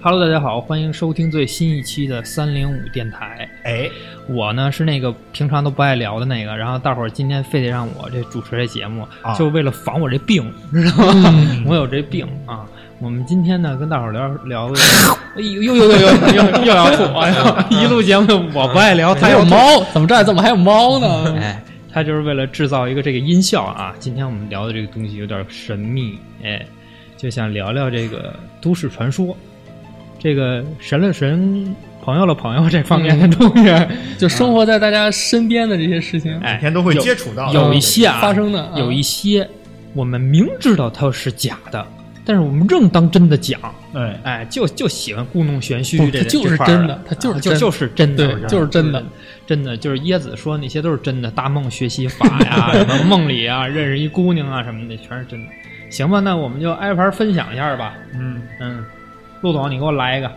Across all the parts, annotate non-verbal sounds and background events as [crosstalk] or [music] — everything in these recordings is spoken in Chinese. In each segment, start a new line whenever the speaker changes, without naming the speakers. Hello，大家好，欢迎收听最新一期的三零五电台。
哎，
我呢是那个平常都不爱聊的那个，然后大伙儿今天非得让我这主持这节目，
啊
就是为了防我这病，知道吗？我有这病啊。我们今天呢跟大伙儿聊聊，哎呦呦呦呦呦又又要吐，哎呦，一录节目我不爱聊，他
还
要
有
吐
猫？怎么这儿怎么还有猫呢？
哎，
他就是为了制造一个这个音效啊。今天我们聊的这个东西有点神秘，哎，就想聊聊这个都市传说，这个神了神，朋友了朋友这方面的东西，
就生活在大家身边的这些事情，
哎
每，天都会接触到的
有一些啊
发生的啊
有一些我们明知道它是假的，但是我们仍当真的讲，
哎，
哎，就就喜欢故弄玄虚
不
这，
它就是
这块儿
真的
的，
它就
啊
是
就
真的
就是真的，
对就是真的，
真的就是椰子说那些都是真的，大梦学习法
[laughs]
呀，什么梦里啊认识一姑娘啊什么的，全是真的。行吧，那我们就挨盘分享一下吧。
嗯，
嗯，陆总，你给我来一个。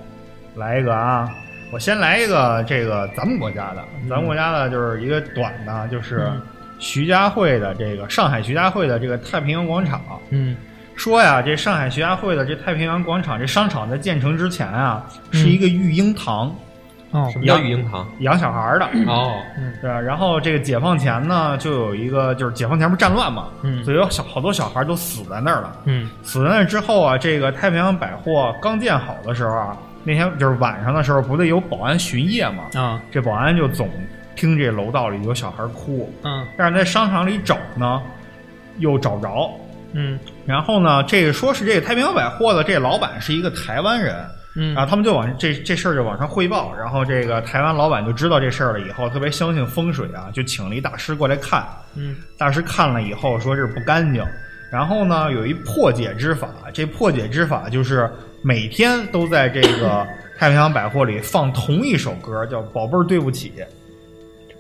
来一个啊，我先来一个这个咱们国家的，
嗯
咱们国家的就是一个短的，就是徐家汇的这个上海徐家汇的这个太平洋广场。
嗯
说呀，这上海徐家汇的这太平洋广场这商场在建成之前啊，是
嗯
一个育婴堂，
哦，
什么叫育婴堂？
养小孩儿的。
嗯
哦，
对吧，然后这个解放前呢，就有一个就是解放前不是战乱嘛，
嗯
所以有小好多小孩儿都死在那儿了。
嗯
死在那之后啊，这个太平洋百货刚建好的时候啊，那天就是晚上的时候，不得有保安巡夜嘛？
啊
这保安就总听这楼道里有小孩哭，
嗯
但是在商场里找呢，又找不着。
嗯
然后呢，这个说是这个太平洋百货的这老板是一个台湾人，
嗯
啊
然后他们就往这这事儿就往上汇报，然后这个台湾老板就知道这事儿了以后，特别相信风水啊，就请了一大师过来看。
嗯
大师看了以后说这是不干净，然后呢有一破解之法，这破解之法就是每天都在这个太平洋百货里放同一首歌，叫《宝贝儿对不起》，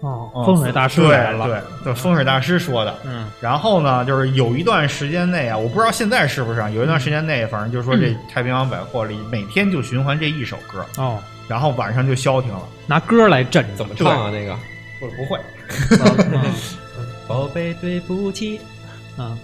哦，
嗯
风水大师来了。
对对，对风水大师说的。
嗯
然后呢，就是有一段时间内啊，我不知道现在是不是啊，有一段时间内，反正就是说
嗯
这太平洋百货里每天就循环这一首歌，
哦，
然后晚上就消停了。
拿歌来镇着
怎么唱啊？那个
不不会，
嗯
宝贝，对不起，
嗯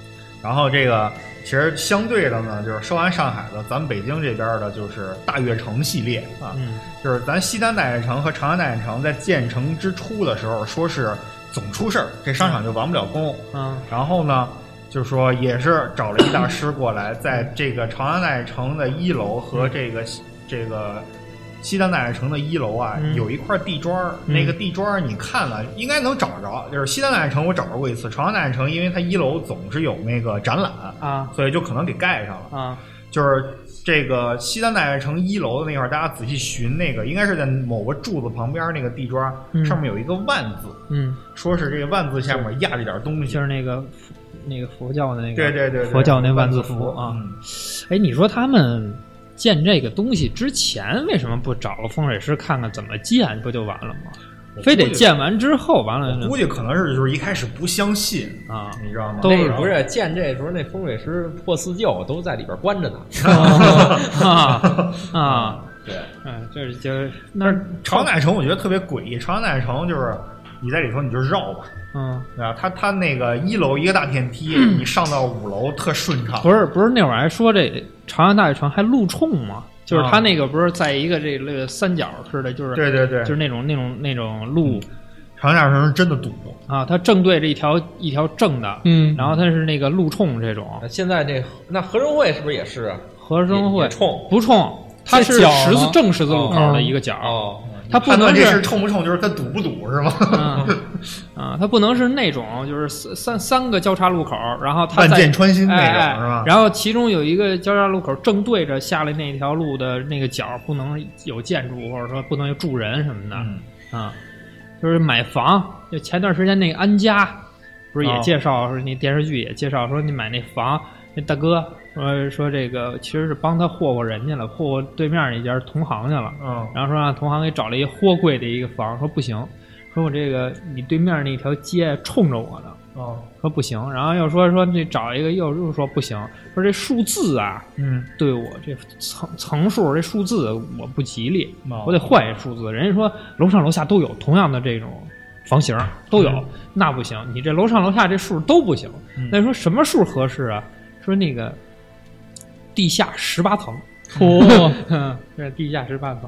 然后这个其实相对的呢，就是说完上海的，咱们北京这边的就是大悦城系列啊，
嗯
就是咱西单大悦城和长安大悦城在建成之初的时候，说是总出事儿，这商场就完不了工。
嗯
然后呢，就说也是找了一大师过来，在这个长安大悦城的一楼和这个西这个西单大悦城的一楼啊，
嗯
有一块地砖儿，
嗯
那个地砖儿你看了应该能找着。就是西单大悦城我找着过一次，长安大悦城因为它一楼总是有那个展览，
啊
所以就可能给盖上了。
啊
就是这个西单大悦城一楼的那块儿，大家仔细寻那个，应该是在某个柱子旁边那个地砖儿，
嗯
上面有一个万字，
嗯，
说是这个万字下面压着点东西
就。是那个佛那个佛教的那个
对对对对，
佛教那万
万
字
符
符啊。
嗯
哎，你说他们建这个东西之前，为什么不找个风水师看看怎么建，不就完了吗？非得建完之后，完了
估计可能是就是一开始不相信， [laughs]
啊，
你知道吗？
都
那个不是建这时候那风水师破四旧都在里边关着呢。
啊啊，
对，
嗯，这就是那
长安大悦城，我觉得特别诡异。长安大悦城就是你在里头你就绕吧，
嗯，
对吧？它它那个一楼一个大电梯，你上到五楼特顺畅。
不是不是，那会儿还说这长安大悦城还路冲嘛，就是他那个不是在一个这类三角似的，就是
啊对对嗯对，
就是那种那种那种路
长安大悦城是真的堵。
啊，它正对着一条一条正的，
嗯，
然后它是那个路冲这种
那呃现在这那合生汇是不是也是啊？
和生汇
也冲
不冲，它是
这角吗
十字正十字路口的
嗯
一个角，
哦，
它不
判断
能
这事
是
冲不冲，就是它堵不堵是吗？
嗯啊，它不能是那种就是三三三个交叉路口，然后它
万
在
箭穿心那种、
哎哎
是吧？
然后其中有一个交叉路口正对着下来那条路的那个角，不能有建筑，或者说不能有住人什么的、
嗯，
啊。就是买房，就前段时间那个安家，不是也
哦
介绍，说那电视剧也介绍说你买那房，那大哥说说这个其实是帮他霍霍人家了，霍霍对面那家同行去了。
嗯，
然后说让同行给找了一货柜的一个房，说不行，说我这个你对面那条街冲着我呢，
哦，
说不行，然后又说说这找一个又又说不行，说这数字啊，
嗯，
对我这层层数这数字我不吉利
哦，
我得换一数字。人家说楼上楼下都有同样的这种房型都
嗯
有，那不行，你这楼上楼下这数都不行。那说什么数合适啊？说那个地下十八层，
嚯，
哦 [laughs]
这地下室办法。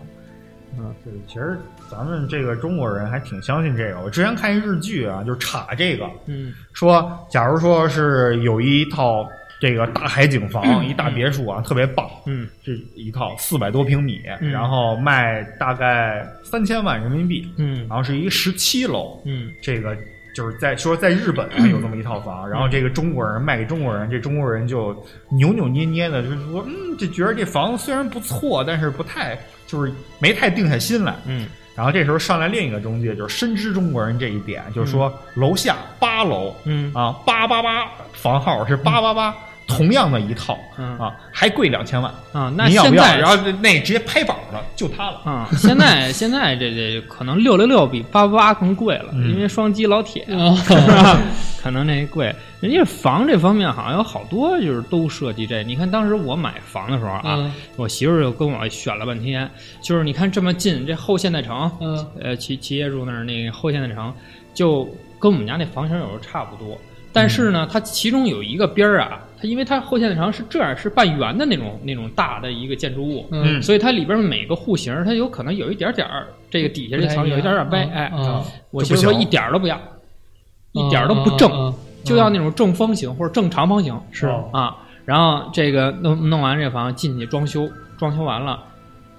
对，其实咱们这个中国人还挺相信这个。我之前看一日剧啊，就查这个，
嗯
说假如说是有一套这个大海景房，一大别墅啊，特别棒，
嗯
这一套四百多平米，
嗯
然后卖大概三千万人民币，
嗯
然后是一十七楼，
嗯
这个就是在说在日本啊有这么一套房，然后这个中国人卖给中国人，这中国人就扭扭捏捏的，就是说，嗯，这觉得这房子虽然不错，但是不太就是没太定下心来。
嗯
然后这时候上来另一个中介，就是深知中国人这一点，就是说楼下八楼
嗯
啊八八八房号
嗯
是八八八，同样的一套
嗯
啊还贵两千万，
啊，那
你要
现
不要？
在
然后那直接拍板的就他了。
啊，现在 [laughs] 现在这这可能六六六比八八八更贵了，
嗯
因为双击老铁，
哦
[laughs] 可能那贵。人家房这方面好像有好多就是都涉及这。你看当时我买房的时候啊，
嗯
我媳妇儿就跟我选了半天，就是你看这么近，这后现代城，
嗯
呃，齐齐业路那儿那个后现代城，就跟我们家那房型有时候差不多。但是
嗯
呢，它其中有一个边儿啊，它因为它后现代城是这样，是半圆的那种那种大的一个建筑物，
嗯，
所以它里边每个户型，它有可能有一点点儿，这个底下这墙有一点点歪，
嗯
哎，
啊，
我媳妇说一点儿都不要，
嗯
一点儿都不正，就要那种正方形或者正长方形
是
哦
啊。然后这个弄弄完这房进去装修，装修完了，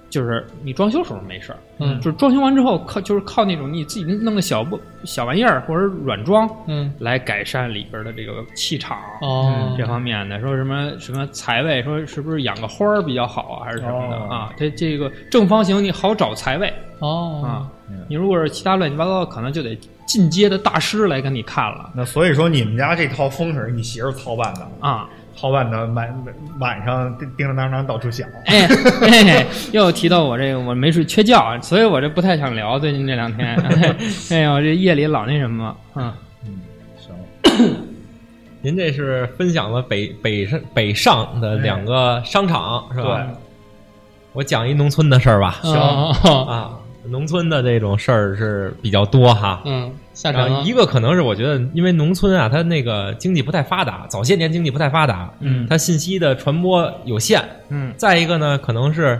就是你装修时候没事儿，
嗯
就是装修完之后靠就是靠那种你自己弄个小不小玩意儿或者软装
嗯
来改善里边的这个气场。
哦，
这方面的，说什么什么财位，说是不是养个花儿比较好啊，还是什么的、
哦
啊？它这个正方形你好找财位
哦
啊，你如果是其他乱七八糟的，可能就得进阶的大师来跟你看了
那所以说你们家这套风水，你媳妇儿操办的，
[laughs]
啊。
操办的晚晚上叮叮当当到处响。
哎，哎又提到我这个，我没睡缺觉啊，所以我这不太想聊最近这两
[laughs]
天。哎呦，我这夜里老那什么，嗯，
嗯，行，
您这是分享了北北上北上的
嗯
两个商场、是吧？嗯我讲一农村的事儿吧。
行，
啊，农村的这种事儿是比较多哈。
嗯，下
然后
场
一个可能是我觉得，因为农村啊，它那个经济不太发达，早些年经济不太发达，
嗯
它信息的传播有限。
嗯
再一个呢，可能是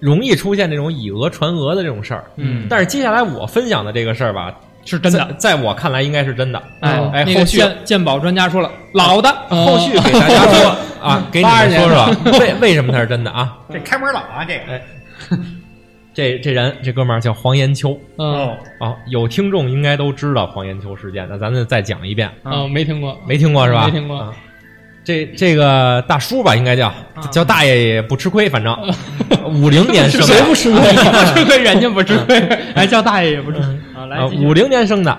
容易出现这种以讹传讹的这种事儿。
嗯，
但是接下来我分享的这个事儿吧，
是真的。
在在我看来应该是真的。
哎
哦
哎
那个
后续
鉴鉴宝专家说了，老的，
嗯
后续给大家
哦
说
[laughs]
啊，给你们说说为为什么它是真的啊？
这开门了啊，这个。
这这人这哥们儿叫黄延秋
哦
嗯
啊，有听众应该都知道黄延秋事件，那咱们再讲一遍，
嗯，没听过，
没听过是吧？
没听过
啊这这个大叔吧，应该叫叫大爷也不吃亏，反
[laughs]
正五零年生
谁啊不
的，
吃亏？
不 [laughs] 吃亏人家不吃亏，
嗯
哎，叫大爷也不吃啊。来，继续
五零年生的，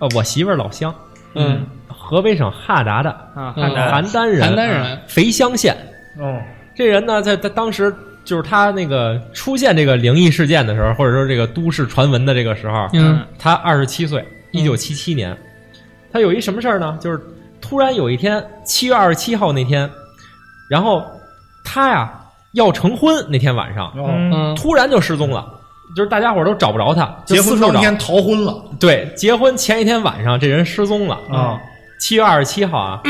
呃，我媳妇儿老乡，
嗯，
河北省邯郸的
啊，看
嗯
着
邯郸人，
邯郸人
啊肥乡县。
哦，
这人呢，在他当时就是他那个出现这个灵异事件的时候，或者说这个都市传闻的这个时候，
嗯
他二十七岁，一
嗯
九七七年，他有一什么事儿呢？就是突然有一天，七月二十七号那天，然后他呀要成婚那天晚上，
哦，
嗯
突然就失踪了，就是大家伙儿都找不着他，就
结
四
婚
处
当
找。
天逃婚了
对，结婚前一天晚上，这人失踪了。嗯
啊！
七月二十七号
[clears throat]
啊，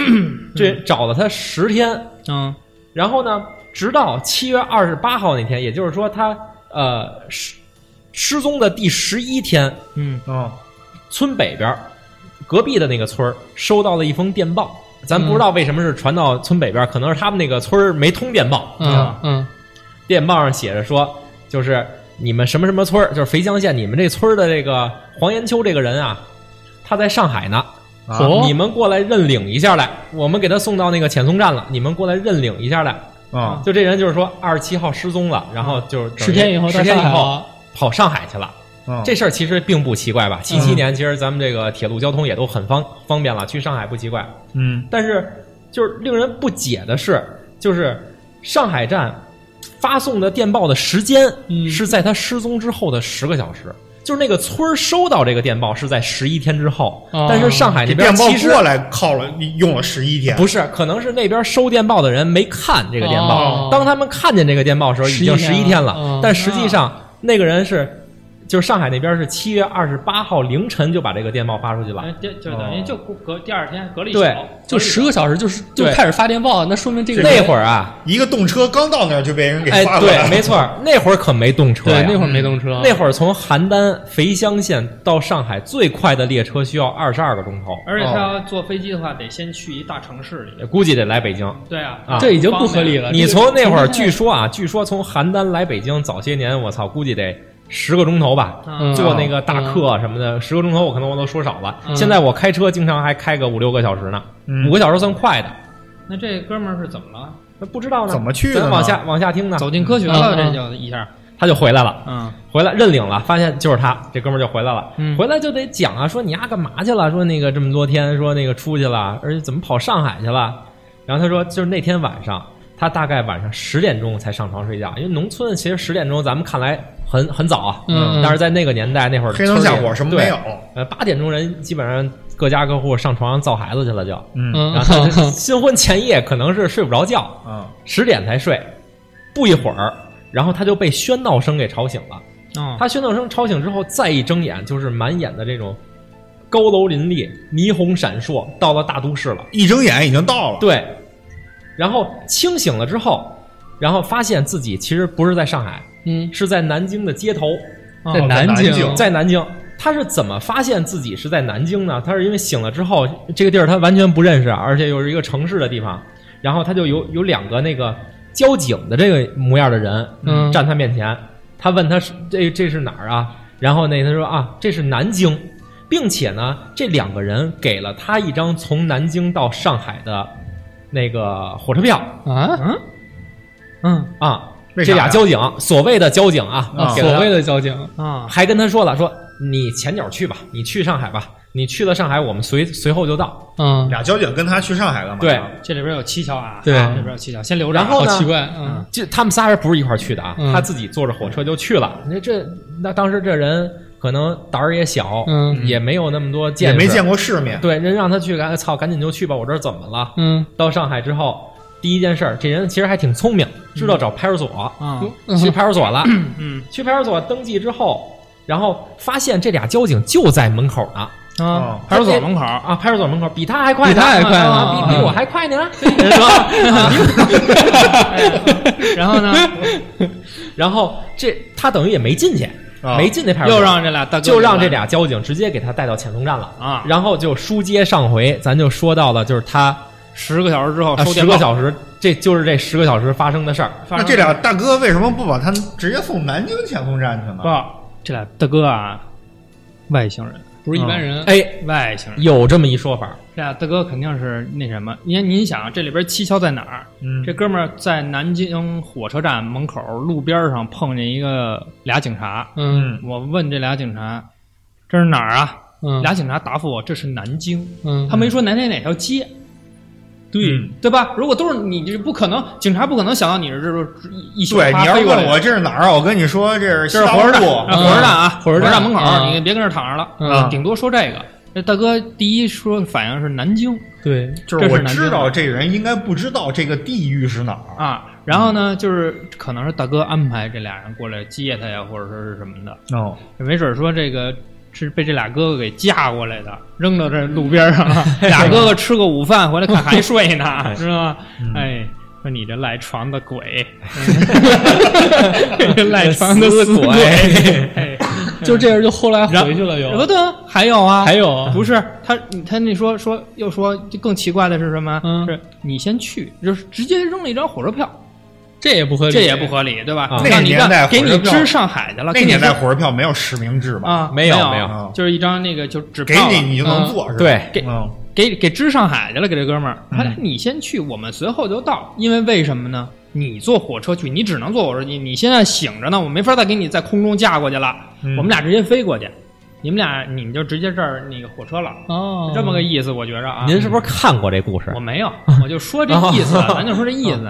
这找了他十天，
嗯
然后呢，直到七月二十八号那天，也就是说他呃失失踪的第十一天，
嗯
哦，
村北边儿隔壁的那个村儿收到了一封电报，咱不知道为什么是传到村北边儿，可能是他们那个村儿没通电报。
嗯嗯
电报上写着说，就是你们什么什么村儿，就是肥乡县，你们这村儿的这个黄延秋这个人啊，他在上海呢。
啊
哦
你们过来认领一下来，我们给他送到那个遣送站了。你们过来认领一下来。
啊
就这人就是说二十七号失踪了，然后就是
十天以后
十
到
天
上
以
海
后
了，
跑上海去了。
啊！
这事儿其实并不奇怪吧？七七
嗯
年其实咱们这个铁路交通也都很方方便了，去上海不奇怪。
嗯
但是就是令人不解的是，就是上海站发送的电报的时间
嗯
是在他失踪之后的十个小时。就是那个村儿收到这个电报是在十一天之后，
哦
但是上海
这
那边
电报
其实
过来靠了，用了十一天，
不是，可能是那边收电报的人没看这个电报。
哦
当他们看见这个电报的时候，已经
11
十一天了，
了嗯
但实际上、那个人是就是上海那边是七月二十八号凌晨就把这个电报发出去了。
哎就就等于就隔隔第二天隔了一
对
宿
哦就十个小时就是就
对
开始发电报，那说明这个
那会儿啊，
一个动车刚到那儿就被人给
哎，
发过来
对，
了，
没错儿，那会儿可没动车
对
呀
那会儿啊嗯没动车，
那会儿从邯郸肥乡县到上海最快的列车需要二十二个钟头，
而且他
哦
要坐飞机的话，得先去一大城市里。
估计得来北京。
对啊，
啊
这已经不合理了。
你
这个
从那会儿，
从现在
据说啊，据说从邯郸来北京早些年，我操，估计得十个钟头吧。
嗯
坐那个大客啊什么的，十个钟头我可能我都说少了。
嗯
现在我开车经常还开个五六个小时呢，
嗯
五个小时算快的。
那这哥们儿是怎么了？
那不知道呢，
怎么去的呢
咱往下往下听呢，
走进科学
了
了，这
这
叫一下。
他就回来了，
嗯
回来认领了，发现就是他，这哥们儿就回来了。
嗯
回来就得讲啊，说你丫、干嘛去了？说那个这么多天，说那个出去了，而且怎么跑上海去了？然后他说，就是那天晚上，他大概晚上十点钟才上床睡觉，因为农村其实十点钟咱们看来很很早啊，
嗯嗯
但是在那个年代那会儿
黑灯
村
瞎
里
火什么没有
对，呃，八点钟人基本上各家各户上床造孩子去了就，
嗯
嗯
然后他这新婚前夜可能是睡不着觉，
嗯
啊，
十点才睡，不一会儿，然后他就被喧闹声给吵醒了。
嗯，
他喧闹声吵醒之后，再一睁眼就是满眼的这种高楼林立、霓虹闪烁，到了大都市了。
一睁眼已经到了，
对，然后清醒了之后，然后发现自己其实不是在上海，
嗯，
是在南京的街头，
哦
在南
在南京
在南京。他是怎么发现自己是在南京呢？他是因为醒了之后，这个地儿他完全不认识，而且又是一个城市的地方，然后他就有有两个那个交警的这个模样的人，
嗯
站他面前，他问他是这这是哪儿啊？然后那他说啊，这是南京，并且呢，这两个人给了他一张从南京到上海的那个火车票
啊，
嗯嗯
啊。
为啥
这
呀
俩交警，所谓的交警啊，
啊
给了他
嗯所谓的交警，
啊
还跟他说了，说你前脚去吧，你去上海吧，你去了上海，我们随随后就到。
嗯，
俩交警跟他去上海干嘛？
对，
这里边有蹊跷啊，
对
啊这边有蹊跷，先留着啊。
然后
好
呢
奇怪，嗯
就他们仨人不是一块儿去的啊，
嗯
他自己坐着火车就去了。那这那当时这人可能胆儿也小，
嗯
也没有那么多见
也
识，
没见过世面，
对，人让他去，赶操，赶紧就去吧，我这儿怎么了？
嗯
到上海之后，第一件事儿，这人其实还挺聪明，知道找派出所，
啊，
去
嗯
派出所了。
嗯
去派出所登记之后，然后发现这俩交警就在门口呢。
啊
嗯
哦，
派出所
[laughs]
门口儿
啊，派出所门口比他还快呢，
比他还快呢
啊比比
嗯
我还快呢。人
[laughs]
说， [laughs]
哎然后呢，
然后这他等于也没进去，
啊
没进那派出所，
又让这俩大哥
就让这俩交警直接给他带到遣送站了
啊
然后就书接上回，咱就说到了，就是他
十个小时之后
啊
收
十
电
个
哦报，
小时，这就是这十个小时发生的事儿。
发
那
生
这俩大哥为什么不把他直接送南京遣送站去呢？
不，这俩大哥啊，外星人，嗯
不是一般人，
哎，
外星人，
有这么一说法，
这俩大哥肯定是那什么，您您想啊这里边蹊跷在哪儿？
嗯
这哥们儿在南京火车站门口路边上碰见一个俩警察，
嗯
我问这俩警察这是哪儿啊？
嗯，
俩警察答复我这是南京，
嗯，
他没说哪哪哪条街。对、
嗯
对吧？如果都是你，这不可能，警察不可能想到你是这这一一小
对，
趴
你要
飞过来
问我这是哪儿啊，我跟你说这是西
这是
大
火车站，
路
啊火车站啊，
火车
车
站
站门口儿，
嗯
你别跟这儿躺着了，啊
嗯
顶多说这个。这大哥第一说反应是南京
对，
就是
这
我
是南京
知道这人应该不知道这个地域是哪儿，
啊，然后呢，就是可能是大哥安排这俩人过来接他呀，或者说是什么的，
哦，
没准儿说这个是被这俩哥哥给架过来的，扔到这路边上了。
嗯 [laughs]
俩哥哥吃个午饭回来看还睡呢，是吧？
嗯
哎，说你这赖床的
[laughs]
鬼，赖床的死鬼。
[laughs]
哎
就这人就后来回去了又，
有的还有啊，
还有
不是他，他那说说又说，就更奇怪的是什么？
嗯
是你先去，就是直接扔了一张火车票，
这也不合理，
这也不合理，对吧？
啊
让你
那个年代
让给
火
你
车票
支上海去了，
那
给你
年代
说
火车票没有实名制吧？
啊，
没有
有
没有
啊
就是一张那个就纸
给
票了啊
你你就能坐是吧？
对
给
嗯
给给支上海去了，给这哥们儿，他
嗯
你先去，我们随后就到，因为为什么呢？你坐火车去，你只能坐火车去。你现在醒着呢，我没法再给你在空中架过去了，
嗯
我们俩直接飞过去，你们俩你们就直接这儿那个火车了，
哦，
这么个意思，我觉着啊。
您是不是看过这故事
我？没有，我就说这意思，咱就说这意思。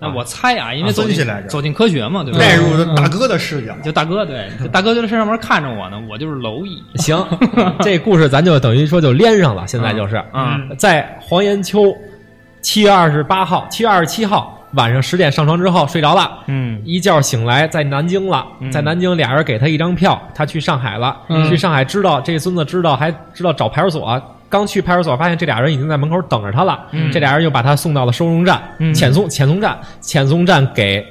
那我猜啊，因为
啊
走
分析
进
来着
走进科学嘛，对吧？
带入
嗯
大哥的视角，
就大哥对，就大哥就在上面看着我呢，我就是蝼蚁。
行，这故事咱就等于说就连上了，现在就是
啊
嗯
在黄延秋七月二十八号、七月二十七号晚上十点上床之后睡着了，
嗯
一觉醒来在南京了，
嗯
在南京俩人给他一张票，他去上海了，
嗯
去上海知道这孙子知道还知道找派出所。刚去派出所，发现这俩人已经在门口等着他了。
嗯
这俩人又把他送到了收容站，
嗯
遣送遣送站，遣送站给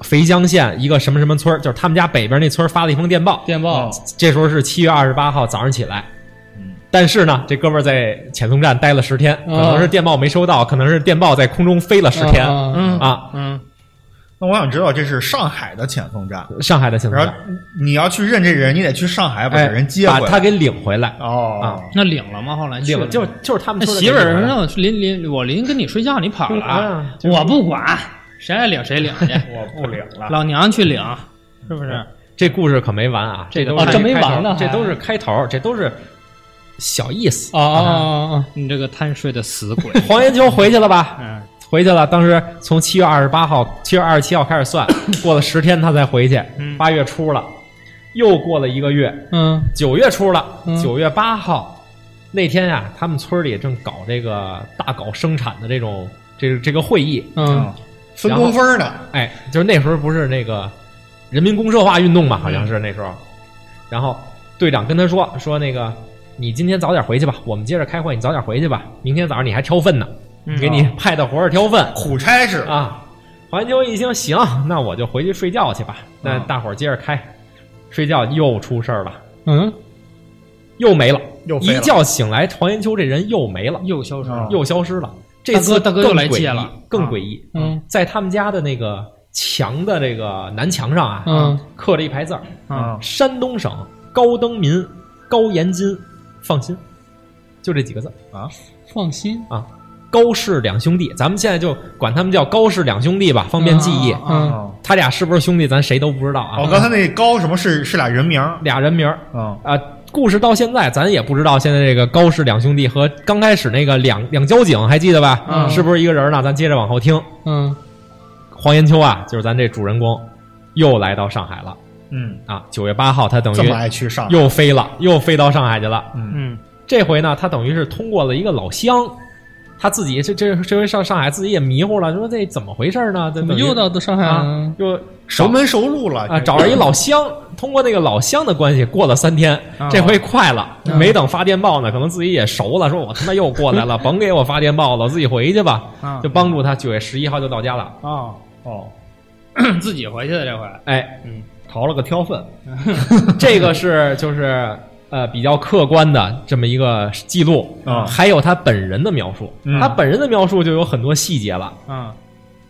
肥江县一个什么什么村儿就是他们家北边那村儿发了一封电报。
电报
这时候是七月二十八号早上起来，但是呢，这哥们儿在遣送站待了十天，可
哦
能是电报没收到，可能是电报在空中飞了十天
嗯嗯
啊。
嗯
那我想知道这是上海的遣送站，
上海的遣送
然后
站，
你要去认这人，你得去上海把
哎
这人，接
把
回
他
来。
给领回来，
哦
啊，
那领了吗？后来
领就是
是
就是他们
那
说的
媳妇
领
儿
回来
让我临临我临跟你睡觉，你跑了啊，
对
我不管，谁爱领谁领去，啊
我不领了。
老娘去领，是不是？
这故事可没完啊，
这
都
个哦
是
这没完呢
这
还
都是开头，这都是小意思。
啊啊啊啊！
你这个贪睡的死鬼，
[laughs] 黄延秋回去了吧？
嗯
回去了，当时从七月二十八号、七月二十七号开始算，过了十天他才回去
嗯，
八月初了，又过了一个月，
嗯
九月初了
嗯，
九月八号、那天呀、他们村里正搞这个大搞生产的这种这这个会议，
嗯，
分工分呢？
哎，就是那时候不是那个人民公社化运动嘛，好像是那时候，然后队长跟他说说那个你今天早点回去吧，我们接着开会，你早点回去吧，明天早上你还挑粪呢，给你派到活着挑粪，
苦差事，
啊，环球一听行，那我就回去睡觉去吧。那
嗯
大伙儿接着开，睡觉又出事儿了，
嗯，
又没了，
又飞
一
了
觉醒来，黄延秋这人又没了，
又消失了
嗯，
又消失了。这
大
次
哥大哥
更
又来
诡
接
异
了
更
啊
诡异。
嗯，
在他们家的那个墙的这个南墙上啊，
嗯，
刻着一排字儿：
啊
啊，
山东省高登民高延金，放心，就这几个字儿。
放心，
高氏两兄弟，咱们现在就管他们叫高氏两兄弟吧，方便记忆。
啊
嗯
哦，
他俩是不是兄弟，咱谁都不知道啊。
我刚才那高什么是是俩人名儿？
俩人名儿
嗯，
啊、故事到现在咱也不知道，现在这个高氏两兄弟和刚开始那个两两交警还记得吧？
嗯
是不是一个人呢？咱接着往后听。
嗯
黄延秋啊，就是咱这主人公，又来到上海了
嗯，
啊。九月八号，他等
这么
于
爱去上海，
又飞了，又飞到上海去了。
嗯
这回呢，他等于是通过了一个老乡，他自己这这这回上上海自己也迷糊了，说这怎么回事呢？这
怎么
等于
又到的上海
啊
了？
又
熟门熟路了
啊，找着一老乡，通过那个老乡的关系，过了三天，这回快了，
嗯
没等发电报呢，可能自己也熟了，说我他妈又过来了，甭给我发电报了，我自己回去吧，
啊
就嗯帮助他。九月十一号就到家了，
啊，
嗯哦，
嗯自己回去的这回，
哎，
嗯
逃了个挑粪。
这个是就是呃比较客观的这么一个记录，
啊
还有他本人的描述，
嗯
他本人的描述就有很多细节了。
啊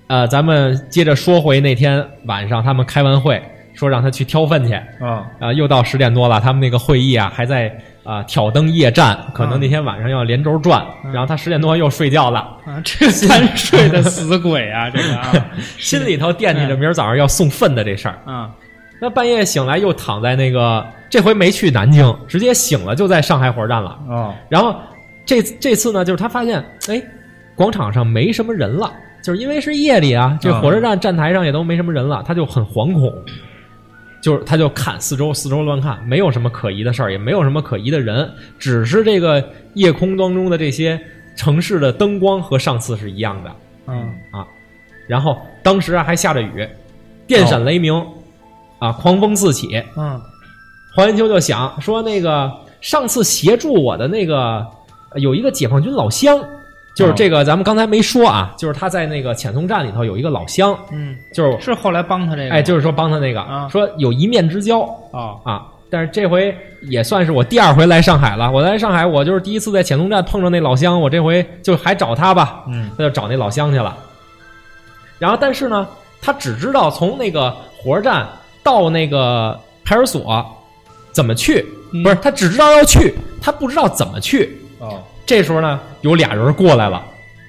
呃，咱们接着说回那天晚上他们开完会，说让他去挑粪去，
啊
啊、又到十点多了，他们那个会议啊还在啊、挑灯夜战，可能那天晚上要连轴转，然后他十点多又睡觉了，
啊，这个贪睡的死鬼啊，这个啊
心里头惦记着明儿早上要送粪的这事儿。
啊
那半夜醒来又躺在那个，这回没去南京，直接醒了就在上海火车站了。
啊
然后这这次呢，就是他发现，哎，广场上没什么人了，就是因为是夜里啊，这
嗯
火车站站台上也都没什么人了，他就很惶恐，就是他就看四周，四周乱看，没有什么可疑的事儿，也没有什么可疑的人，只是这个夜空当中的这些城市的灯光和上次是一样的。啊
嗯
然后当时啊还下着雨，电闪雷鸣，啊，狂风四起，
嗯
黄延秋就想说，那个上次协助我的那个呃有一个解放军老乡，
哦
就是这个咱们刚才没说啊，就是他在那个遣送站里头有一个老乡，
嗯，
就是
是后来帮他这个，
哎，就是说帮他那
啊
个说有一面之交
哦
啊。但是这回也算是我第二回来上海了。我来上海，我就是第一次在遣送站碰着那老乡，我这回就还找他吧。
嗯
他就找那老乡去了。然后，但是呢，他只知道从那个火车站到那个派出所怎么去，
嗯
不是他只知道要去，他不知道怎么去。
哦
这时候呢，有俩人过来了，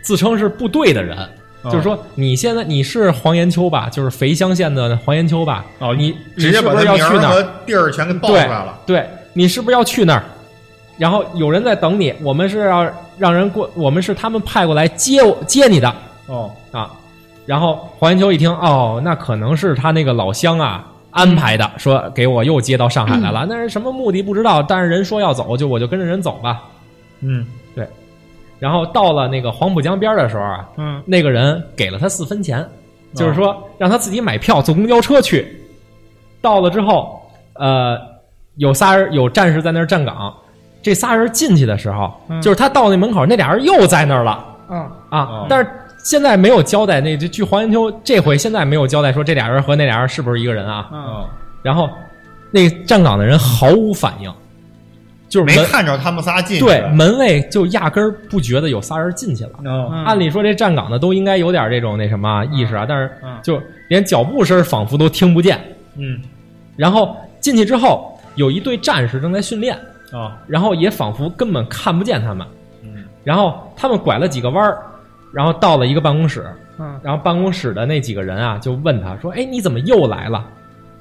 自称是部队的人，
哦
就是
嗯
说你现在你是黄延秋吧，就是肥乡县的黄延秋吧？
哦，
你
直接
你是
把
不
他
是要
名
去
儿
哪儿？
和地儿全给报出
对
来了。
对，你是不是要去那儿？然后有人在等你，我们是要让人过，我们是他们派过来接我接你的。
哦
啊。然后黄延秋一听，哦，那可能是他那个老乡啊安排的，说给我又接到上海来了，那是什么目的不知道，但是人说要走，就我就跟着人走吧。
嗯
然后到了那个黄浦江边的时候啊，
嗯，啊
那个人给了他四分钱，就是说让他自己买票坐公交车去。到了之后，呃，有仨人有战士在那儿站岗，这仨人进去的时候，
嗯
就是他到那门口，那俩人又在那儿了
啊，
啊。
哦
但是现在没有交代，那就据黄延秋这回现在没有交代说这俩人和那俩人是不是一个人啊？
哦
然后那站岗的人毫无反应，就是
没
门
看着他们仨进去。
对门卫就压根儿不觉得有仨人进去了。
嗯，
按理说这站岗的都应该有点这种那什么意识啊，但是
嗯
就连脚步声仿佛都听不见。
嗯，
然后进去之后，有一队战士正在训练，
哦，
然后也仿佛根本看不见他们。
嗯，
然后他们拐了几个弯儿，然后到了一个办公室，
嗯
然后办公室的那几个人啊就问他说：“哎，你怎么又来了？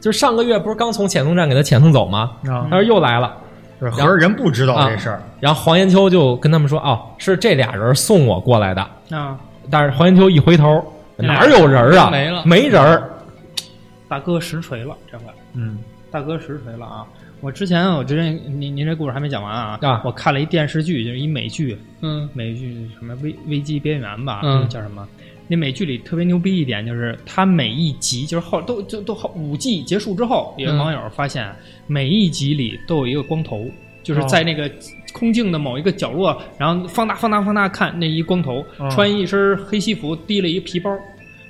就是上个月不是刚从遣送站给他遣送走吗？”
啊
他说又来了。
就是合着人不知道这事儿。
然后黄延秋就跟他们说：“哦，是这俩人送我过来的。”
啊，
但是黄延秋一回头，
嗯
哪儿有人儿啊？
没了
人儿。
大哥实锤了，这回
嗯
大哥实锤了啊！我之前我之前您您这故事还没讲完啊，
啊
我看了一电视剧，就是一美剧，
嗯
美剧什么危危机边缘吧，
嗯
叫什么？那美剧里特别牛逼一点就是，它每一集就是后都就都好五季结束之后，有
嗯哦
网友发现每一集里都有一个光头，就是在那个空镜的某一个角落，然后放大放大放大看那一光头，
哦
穿一身黑西服，提了一皮包，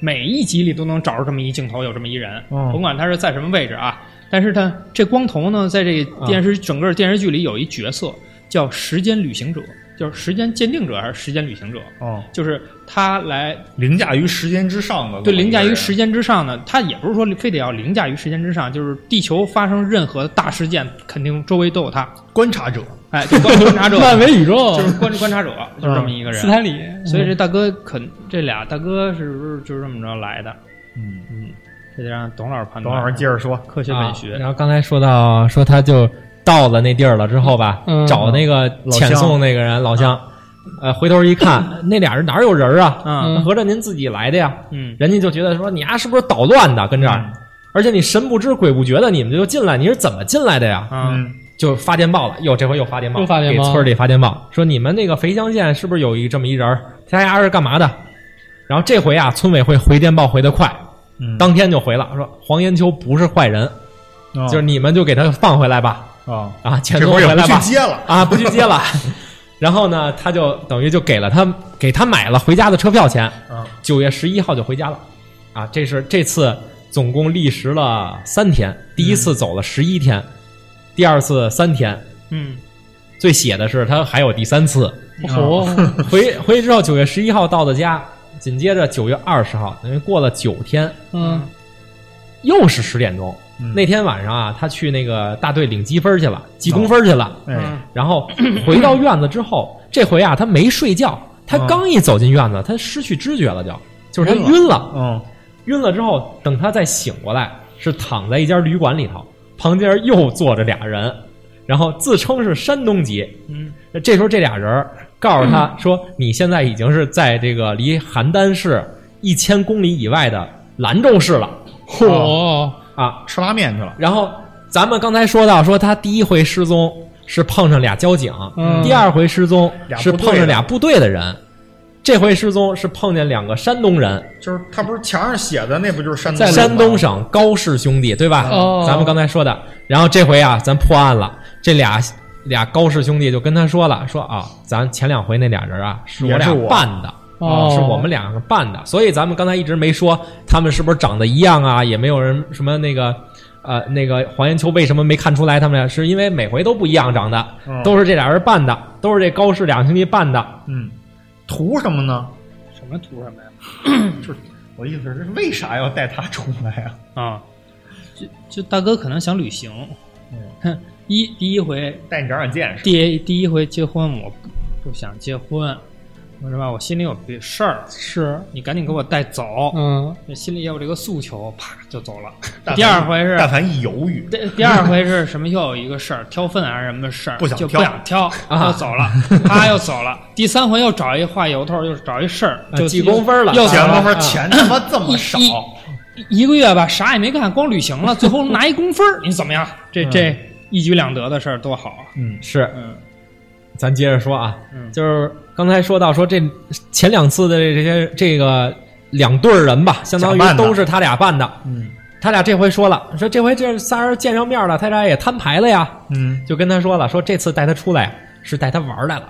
每一集里都能找着这么一镜头，有这么一人，
哦
甭管他是在什么位置啊。但是他这光头呢，在这个电视、整个电视剧里有一角色叫时间旅行者，就是时间鉴定者还是时间旅行者，
哦，
就是他来
凌驾于时间之上的，
对凌驾于时。间之上呢，他也不是说非得要凌驾于时间之上，就是地球发生任何大事件，肯定周围都有他， [laughs]
观察者，
哎，就观观察
[laughs]
者，
漫威宇宙
就是观观察者，就是这么一个
斯
人。
坦李，
所以这大哥肯这俩大哥是不是就这么着来的？
嗯，
这得让董老师判断。
董老师接着说，
科学
啊
文学，
然后刚才说到说他就到了那地儿了之后吧，
嗯
找那个遣送那个人老乡，呃，回头一看 [laughs] 那俩人哪儿有人啊？
嗯
合着您自己来的呀？
嗯
人家就觉得说你丫、是不是捣乱的跟这儿？
嗯
而且你神不知鬼不觉的，你们就进来，你是怎么进来的呀？
啊
嗯
就发电报了，哟，这回又发电报，
又发电报
给村儿里发电报，说你们那个肥乡县是不是有一这么一人儿？他家是干嘛的？然后这回啊，村委会回电报回得快，
嗯，
当天就回了，说黄延秋不是坏人，
哦
就是你们就给他放回来吧，
哦，
啊，遣
这
送
会儿也
回
不
来
去
吧，
接了。
啊，不去接了。然后呢，他就等于就给了他给他买了回家的车票钱，
嗯
九月十一号就回家了，啊，这是这次总共历时了三天，第一次走了十一天，第二次三天，
嗯，
最写的是他还有第三次，
嗯
火
回回去之后九月十一号到的家，紧接着九月二十号，等于过了九天，
嗯
又是十点钟。
嗯
那天晚上啊，他去那个大队领积分去了，记工分去了。
哎，
然后回到院子之
[coughs]
后，这回啊，他没睡觉，他
嗯
刚一走进院子，他失去知觉了就，就是他
晕了
晕了。
嗯，
晕了之后，等他再醒过来，是躺在一家旅馆里头，旁边又坐着俩人，然后自称是山东籍，
嗯
这时候这俩人儿告诉他说：“你现在已经是在这个离邯郸市一千公里以外的兰州市了
火
啊。
吃拉面去了”。
然后咱们刚才说到，说他第一回失踪是碰上俩交警，
嗯
第二回失踪
俩部
是
队
碰
的
上俩部队的人，这回失踪是碰见两个山东人，
就是他不是墙上写的那不就是山东吗
山东省高氏兄弟，对吧？
哦
咱们刚才说的。然后这回啊，咱破案了，这俩俩高氏兄弟就跟他说了，说啊，咱前两回那俩人啊，是我
也是
俩
我
扮的。啊
哦
是我们两个扮的，所以咱们刚才一直没说他们是不是长得一样啊，也没有人什么那个，呃，那个黄延秋为什么没看出来他们俩，是因为每回都不一样长得，
哦
嗯
都是这俩人扮的，都是这高氏两兄弟扮的，
嗯，图什么呢？
什么图什么呀？
嗯我意思是为啥要带他出来啊？ [laughs]
啊，就就大哥可能想旅行，哼， [laughs] 一第一回
带你长长见识。
第第一回结婚，我不不想结婚，是吧？我心里有别事儿，
是
你赶紧给我带走，
嗯
这心里也有这个诉求，啪就走了。
但凡
第二回是
但凡一犹豫，
第第二回是什么？又有一个事儿，挑粪还是什么事儿？
不想
就
挑
不想挑，
啊
又走了，他又走了。第三回又找一话由头，又找一事儿，
啊
就
记公分了啊
又走
钱
了
他妈钱他妈这么少，
一一个月吧，啥也没干，光旅行了，最后拿一工分儿，你怎么样？
嗯
这这一举两得的事儿多好啊！
嗯
是
嗯
咱接着说啊，
嗯
就是刚才说到说这前两次的这些这个两对儿人吧，相当
假
于
扮的
都是他俩办的。
嗯
他俩这回说了，说这回这仨人见上面了，他俩也摊牌了呀，
嗯
就跟他说了，说这次带他出来是带他玩儿来了、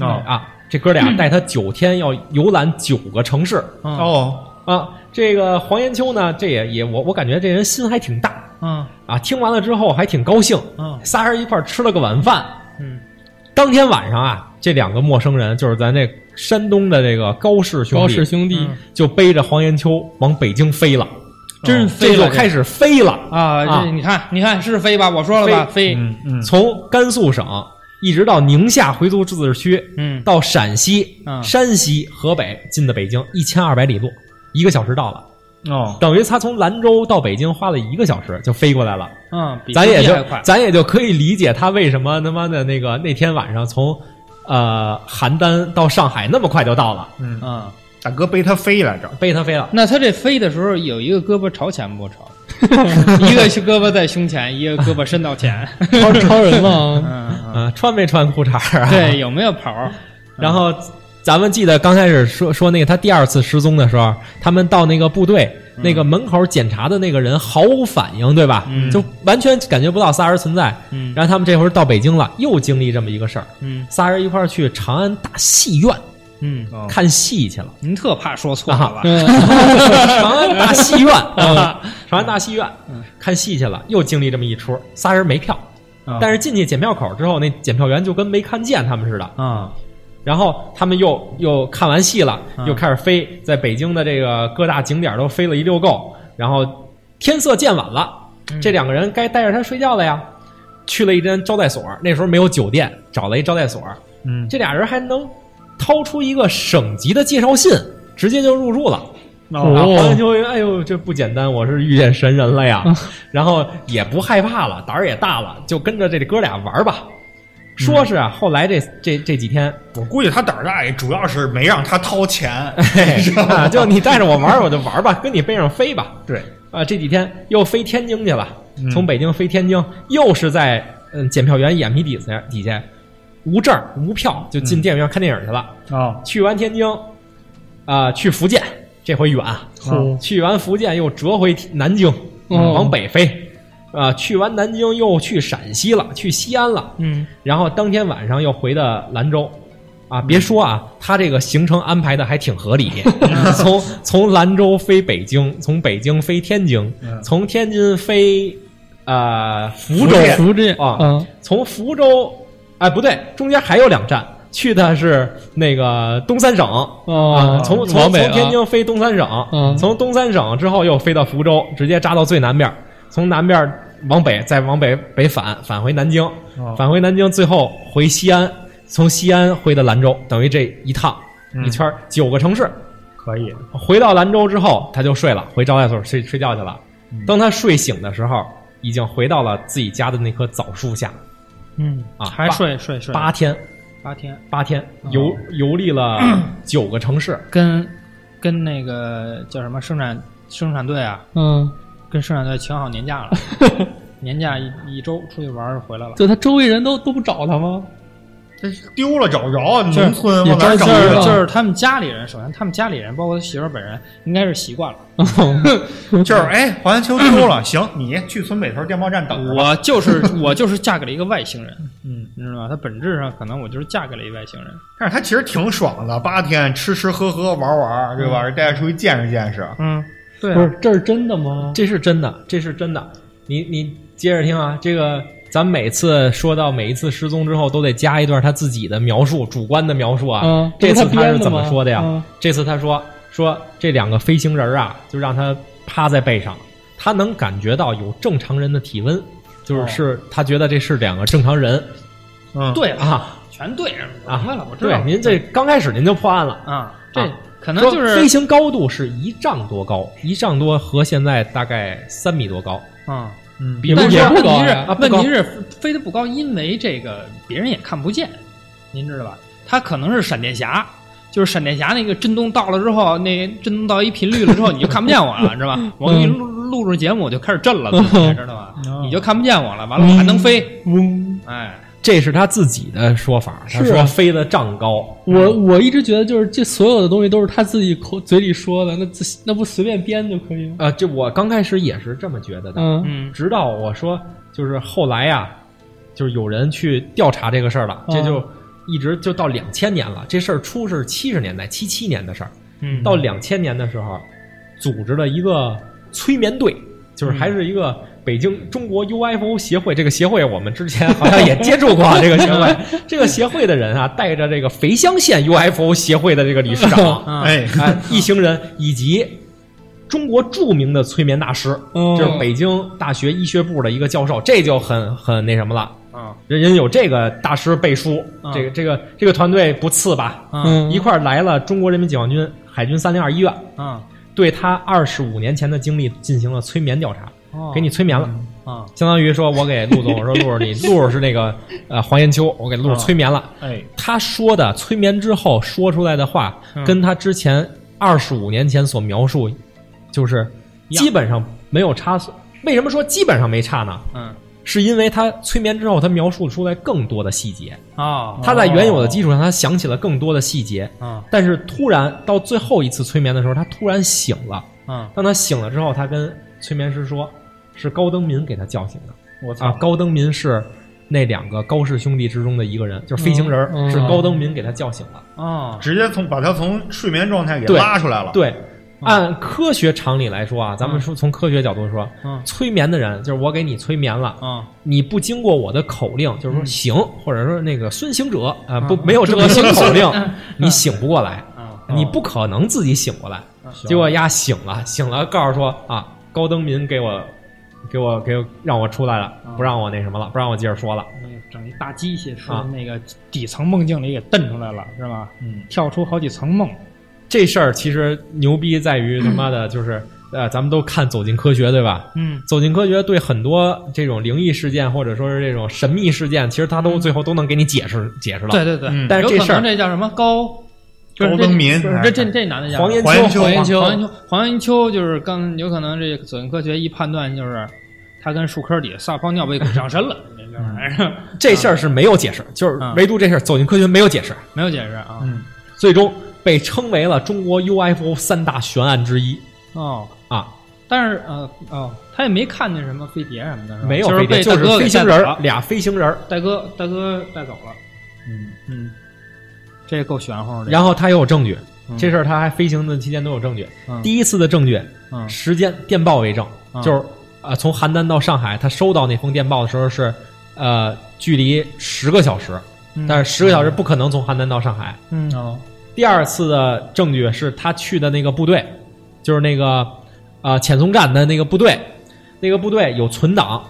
哦
啊。这哥俩带他九天要游览九个城市
哦
啊。这个黄延秋呢，这也也我我感觉这人心还挺大
嗯
啊，听完了之后还挺高兴，
嗯
仨人一块儿吃了个晚饭。
嗯，
当天晚上啊，这两个陌生人就是咱这山东的这个高氏兄弟，
高氏兄弟
嗯
就背着黄延秋往北京飞了，哦
真
这
飞
就
了
开始飞了，
啊！
啊
这你看，你看是飞吧？我说了吧，飞，
嗯嗯
从甘肃省一直到宁夏回族自治区，
嗯，
到陕西、
嗯
山西、河北，进的北京一千二百里路，一个小时到了，
哦
等于他从兰州到北京花了一个小时就飞过来了。
嗯，比
咱也
飞机
就
还快，
咱也就可以理解他为什么他妈的那个那天晚上从呃邯郸到上海那么快就到了，
嗯，
嗯。
大哥背他飞来着，
背他飞了。
那他这飞的时候有一个胳膊朝前不
[laughs]
朝？一个胳膊在胸前，一个胳膊伸到
[laughs]
前。
超超人嘛，
嗯
啊，穿没穿裤衩儿啊？
对，。有没有跑？
然后咱们记得刚开始说说那个他第二次失踪的时候，他们到那个部队、那个门口检查的那个人毫无反应，对吧？
嗯
就完全感觉不到仨人存在。
嗯
然后他们这回到北京了，又经历这么一个事儿，
嗯
仨人一块儿去长安大戏院
嗯，
嗯
看
[laughs]
戏去了。
您特怕说
啊
错了吧？
长安大
[laughs]
戏院啊，长安大戏院
嗯
看戏去了，又经历这么一出，仨人没票，
哦
嗯
但是进去检票口之后，那检票员就跟没看见他们似的。
啊
然后他们又又看完戏了，又开始飞，在北京的这个各大景点都飞了一溜够。然后天色渐晚了，这两个人该带着他睡觉了呀。去了一间招待所，那时候没有酒店，找了一招待所。
嗯
这俩人还能掏出一个省级的介绍信，直接就入住了。嗯然后
哦
黄延秋，哎呦，这不简单，我是遇见神人了呀！然后也不害怕了，胆儿也大了，就跟着这哥俩玩儿吧。说是啊，后来这这这几天，
我估计他胆儿大，也主要是没让他掏钱，是吧 [laughs]
[laughs] 啊，就你带着我玩儿，我就玩儿吧， [laughs] 跟你背上飞吧。
对，
啊，这几天又飞天津去了
嗯，
从北京飞天津，又是在嗯检票员眼皮底下底下，无证儿无票就进电影院看电影去了。
啊
去完天津，啊、去福建，这回远啊，
嗯
去完福建又折回南京，
哦
往北飞，啊、去完南京又去陕西了，去西安了，
嗯
然后当天晚上又回的兰州。啊，别说啊，他这个行程安排的还挺合理， [laughs] 从从兰州飞北京，从北京飞天津，
嗯
从天津飞呃福
福
州
建
福建
啊
嗯
从福州，哎，不对，中间还有两站，去的是那个东三省啊，
哦，
从从
往
从
北啊
天津飞东三省
嗯，
从东三省之后又飞到福州，直接扎到最南边，从南边往北，再往北北返，返回南京，
哦
返回南京，最后回西安，从西安回的兰州，等于这一趟
嗯
一圈儿九个城市，
可以，
回到兰州之后，他就睡了，回招待所睡睡觉去了。当他睡醒的时候，已经回到了自己家的那棵枣树下。
嗯
啊
还
八
睡睡睡
八天，
八天，
八天游游历了九个城市，
跟跟那个叫什么生产生产队啊，
嗯，
跟生产队请好年 [laughs] 假了，年假一一周出去玩儿回来了。
就他周围人都都不找他吗？
这是丢了找不着，啊
就是
农村
也
往哪儿
就
找
是
去
啊
就是他们家里人，首先他们家里人，包括他媳妇儿本人，应该是习惯了。
啊？就是哎，黄延秋丢了，行，你去村北头电报站等着吧。
我就是 [laughs] 我就是嫁给了一个外星人，
嗯，
你知道吗？他本质上可能我就是嫁给了一外星人。
但是他其实挺爽的，八天吃吃喝喝玩玩，对吧？带着出去见识见识。
嗯，对
不是，这是真的吗？
这是真的，这是真的。你你接着听啊，这个咱每次说到每一次失踪之后，都得加一段他自己的描述，主观的描述啊。
嗯
这次
这不是他编的
是怎么
吗
说的呀？
嗯
这次他说说这两个飞行人儿啊，就让他趴在背上，他能感觉到有正常人的体温，就是
哦
是他觉得这是两个正常人
嗯，
对了，
啊
全对上了，我
啊！
明白哦了，我知道
对，
了。
您这刚开始您就破案了。
啊，这
啊
可能就
说飞
是
行高度是一丈多高，一丈多和现在大概三米多高，
啊，
嗯
比
但是
也
问
不
题
高
是
呀啊不
问
高
题是飞得不高，因为这个别人也看不见，您知道吧？他可能是闪电侠。就是闪电侠那个震动到了之后，那震动到一频率了之后，你就看不见我了，知道吧？
嗯
我给你录录
[laughs]
制节目，我就开始震了，自己知道吧？
嗯
你就看不见我了，完了我还能飞，
嗯嗡，
哎，
这是他自己的说法，他
是
说
啊
飞得丈高，
我我一直觉得就是这所有的东西都是他自己口嘴里说的，那自那不随便编就可以吗？
呃，这我刚开始也是这么觉得的，
嗯
嗯，
直到我说，就是后来呀、就是有人去调查这个事儿了，
嗯
这就一直就到两千年了。这事儿出是七十年代，七七年的事儿。
嗯
到两千年的时候，组织了一个催眠队，就是还是一个北京中国 UFO 协会。这个协会我们之前好像也接触
[laughs]
过啊这个协会。这个协会的人啊，带着这个肥乡县 UFO 协会的这个理事长，
啊，
哎，
哎，一行人以及中国著名的催眠大师，
嗯，
就是北京大学医学部的一个教授，这就很很那什么了。
啊
人人有这个大师背书，
啊
这个这个这个团队不次吧？
啊
嗯
一块儿来了中国人民解放军海军三零二医院，
啊，
对他二十五年前的经历进行了催眠调查，
哦
给你催眠了，
嗯
啊
相当于说我给陆总，我说陆总你陆总是那个呃黄延秋，我给陆总
嗯
啊
催眠了。
哎，
他说的催眠之后说出来的话，
嗯
跟他之前二十五年前所描述，就是
一样
基本上没有差。为什么说基本上没差呢？
嗯
是因为他催眠之后，他描述出来更多的细节，
啊
他在原有的基础上，他想起了更多的细节。
啊
但是突然到最后一次催眠的时候，他突然醒了。
啊
当他醒了之后，他跟催眠师说，是高登民给他叫醒的。
我操，，
啊高登民是那两个高氏兄弟之中的一个人，就是飞行人儿，
嗯嗯
是高登民给他叫醒了。
啊
直接从把他从睡眠状态给
对
拉出来了。，
对，按科学常理来说啊，咱们说从科学角度说，
嗯
催眠的人就是我给你催眠了，
啊
你不经过我的口令，就是说行，或者说那个孙行者啊、不
嗯
没有这个行口令，你醒不过来，
啊
你不可能自己醒过来。
行
结果丫醒了，醒了，告诉说啊，高登民给我。给我给我让我出来了，不让我那什么了，不让我接着说了。
那个整一大机器说那个底层梦境里给蹬出来了是吧？
嗯，
跳出好几层梦，
这事儿其实牛逼在于
[clears throat]
他妈的，就是呃，咱们都看《走进科学》对吧？
嗯
走进科学对很多这种灵异事件或者说是这种神秘事件，其实它都最后都能给你解释解释了。
对对对
嗯
但是
有
这
可
事
能
儿
这叫什么高？就是
高
这
登民
不是
还
这
是
这这男的叫什么
黄延
黄延秋
秋，
黄延秋
黄延秋，黄延秋就是刚有可能这个走进科学一判断就是他跟树坑底撒泡尿被鬼上身 [laughs] 了，这这玩意儿
这事儿是没有解释，就是
嗯
唯独这事儿走进科学没有解释，
没有解释啊。
嗯，
最终被称为了中国 UFO 三大悬案之一
哦，
啊，
但是呃哦，他也没看见什么飞碟什么的，是吧
没有
嗯就
飞
是
碟，
被
就
大
是
哥给
飞
带
行
走
人儿
了，
俩飞行人儿，
大哥大哥带走了。嗯嗯，这也够玄乎的。
然后他有证据，
嗯
这事儿他还飞行的期间都有证据。
嗯
第一次的证据，
嗯
时间电报为证，
嗯
就是啊、呃从邯郸到上海，他收到那封电报的时候是呃，距离十个小时，
嗯
但是十个小时不可能从邯郸到上海。
嗯
哦，
第二次的证据是他去的那个部队，就是那个呃遣送站的那个部队，那个部队有存档，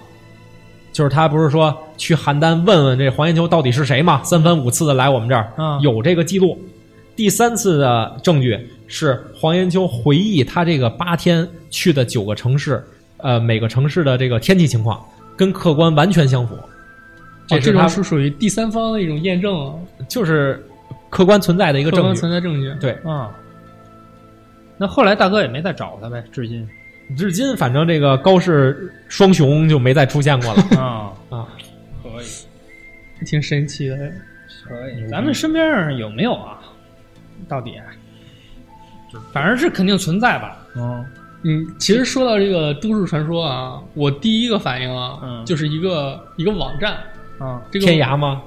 就是他不是说去邯郸问问这黄延秋到底是谁嘛，三番五次的来我们这儿，
嗯
有这个记录。第三次的证据是黄延秋回忆他这个八天去的九个城市，呃，每个城市的这个天气情况跟客观完全相符，
哦
是
这
他
种是属于第三方的一种验证啊，
就是客观存在的一个
客
证
观
据。
存在证据。
对，
啊，那后来大哥也没再找他呗，至
[laughs]
今
至今反正这个高氏双雄就没再出现 [laughs] 过了
啊，
啊。
可以
挺神奇的。
可
嗯
以。咱们身边儿有没有啊？到底，反正是肯定存在吧？
嗯，
嗯，其实说到这个都市传说啊，我第一个反应啊，
嗯
就是一个一个网站，
啊，哎
这
[laughs]
个
天涯吗？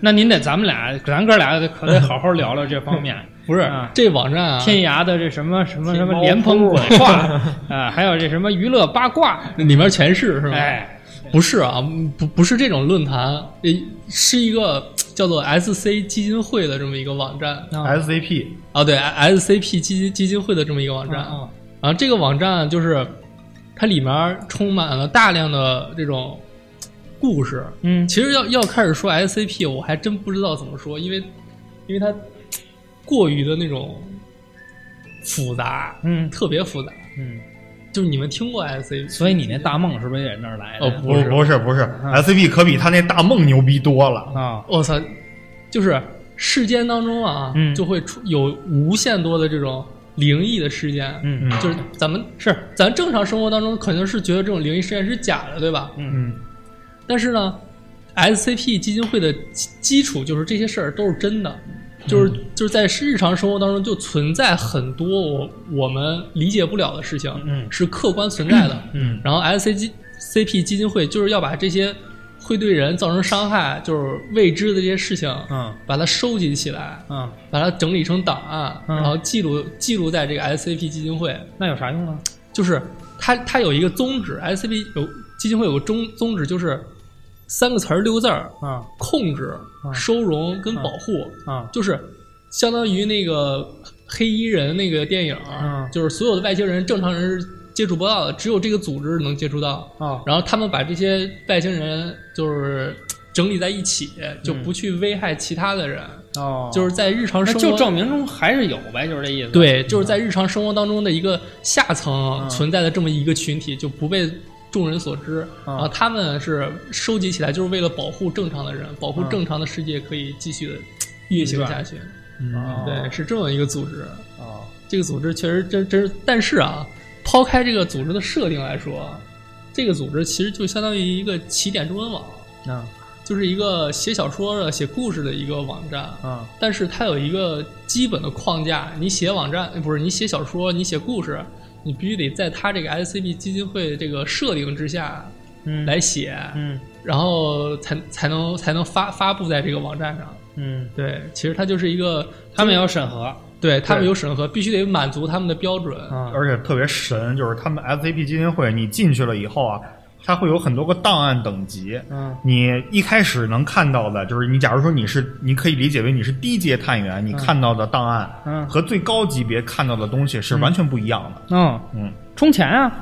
那您得咱们俩，咱哥俩可得好好聊聊这方
[laughs]
面。
不是、
啊
这网站啊，
天涯的这什么什么什么
天猫
莲蓬
铺
鬼话 [laughs] 啊，还有这什么娱乐八卦，
里面全是是吧？
哎，
不是啊，嗯不不是这种论坛，呃是一个叫做 SC 基金会的这么一个网站
啊
SCP
啊，对，S- SCP 基金基金会的这么一个网站。
啊
然后这个网站就是它里面充满了大量的这种故事。
嗯
其实要要开始说 SCP，我还真不知道怎么说，因为因为它过于的那种复杂，
嗯
特别复杂。
嗯，
就是你们听过 SCP，
所以你那大梦是不是也是那儿来的？
哦
不
不是
不是不是 SCP 可比他那大梦牛逼多了。
啊，
我操，就是世间当中啊，
嗯
就会出有无限多的这种灵异的事件，
嗯
嗯
就是咱们是咱正常生活当中肯定是觉得这种灵异事件是假的，对吧？
嗯
嗯
但是呢， SCP 基金会的基基础就是这些事儿都是真的，就是
嗯
就是在日常生活当中就存在很多我我们理解不了的事情，
嗯
是客观存在的。
嗯
然后 SCP 基金会就是要把这些会对人造成伤害，就是未知的这些事情，
嗯
把它收集起来，
嗯，
把它整理成档案，
嗯
然后记录记录在这个 SCP 基金会，
那有啥用啊？
就是它它有一个宗旨，SCP 有基金会有个宗宗旨就是三个词儿六个字儿：
啊
控制、
嗯
收容跟保护，
啊
就是相当于那个黑衣人那个电影，
嗯
就是所有的外星人正常人是接触不到的，只有这个组织能接触到。
啊
然后他们把这些外星人就是整理在一起，就不去危害其他的人，
嗯哦
就是在日常
那
生活
就证明中还是有呗，就是这意思。
对，就是在日常生活当中的一个下层
嗯
存在的这么一个群体，就不被众人所知。
嗯
然后他们是收集起来，就是为了保护正常的人，保护
嗯
正常的世界可以继续的运行下去。
哦
对，是这么一个组织。
哦
这个组织确实真真是，但是啊，抛开这个组织的设定来说，啊这个组织其实就相当于一个起点中文网，
啊
就是一个写小说的、写故事的一个网站。
啊
但是它有一个基本的框架，你写网站呃不是你写小说，你写故事，你必须得在它这个 SCP 基金会这个设定之下
嗯
来写，
嗯
然后才才能才能发发布在这个网站上。
嗯，
对，其实它就是一个，
他们也要审核
对他们
对
有审核，必须得满足他们的标准。
啊
而且特别神，就是他们 SCP 基金会，你进去了以后啊，它会有很多个档案等级。
嗯
你一开始能看到的，就是你假如说你是，你可以理解为你是低阶探员，你看到的档案
嗯
和最高级别看到的东西是完全不一样的。
嗯，
嗯，
充钱 [laughs] 啊。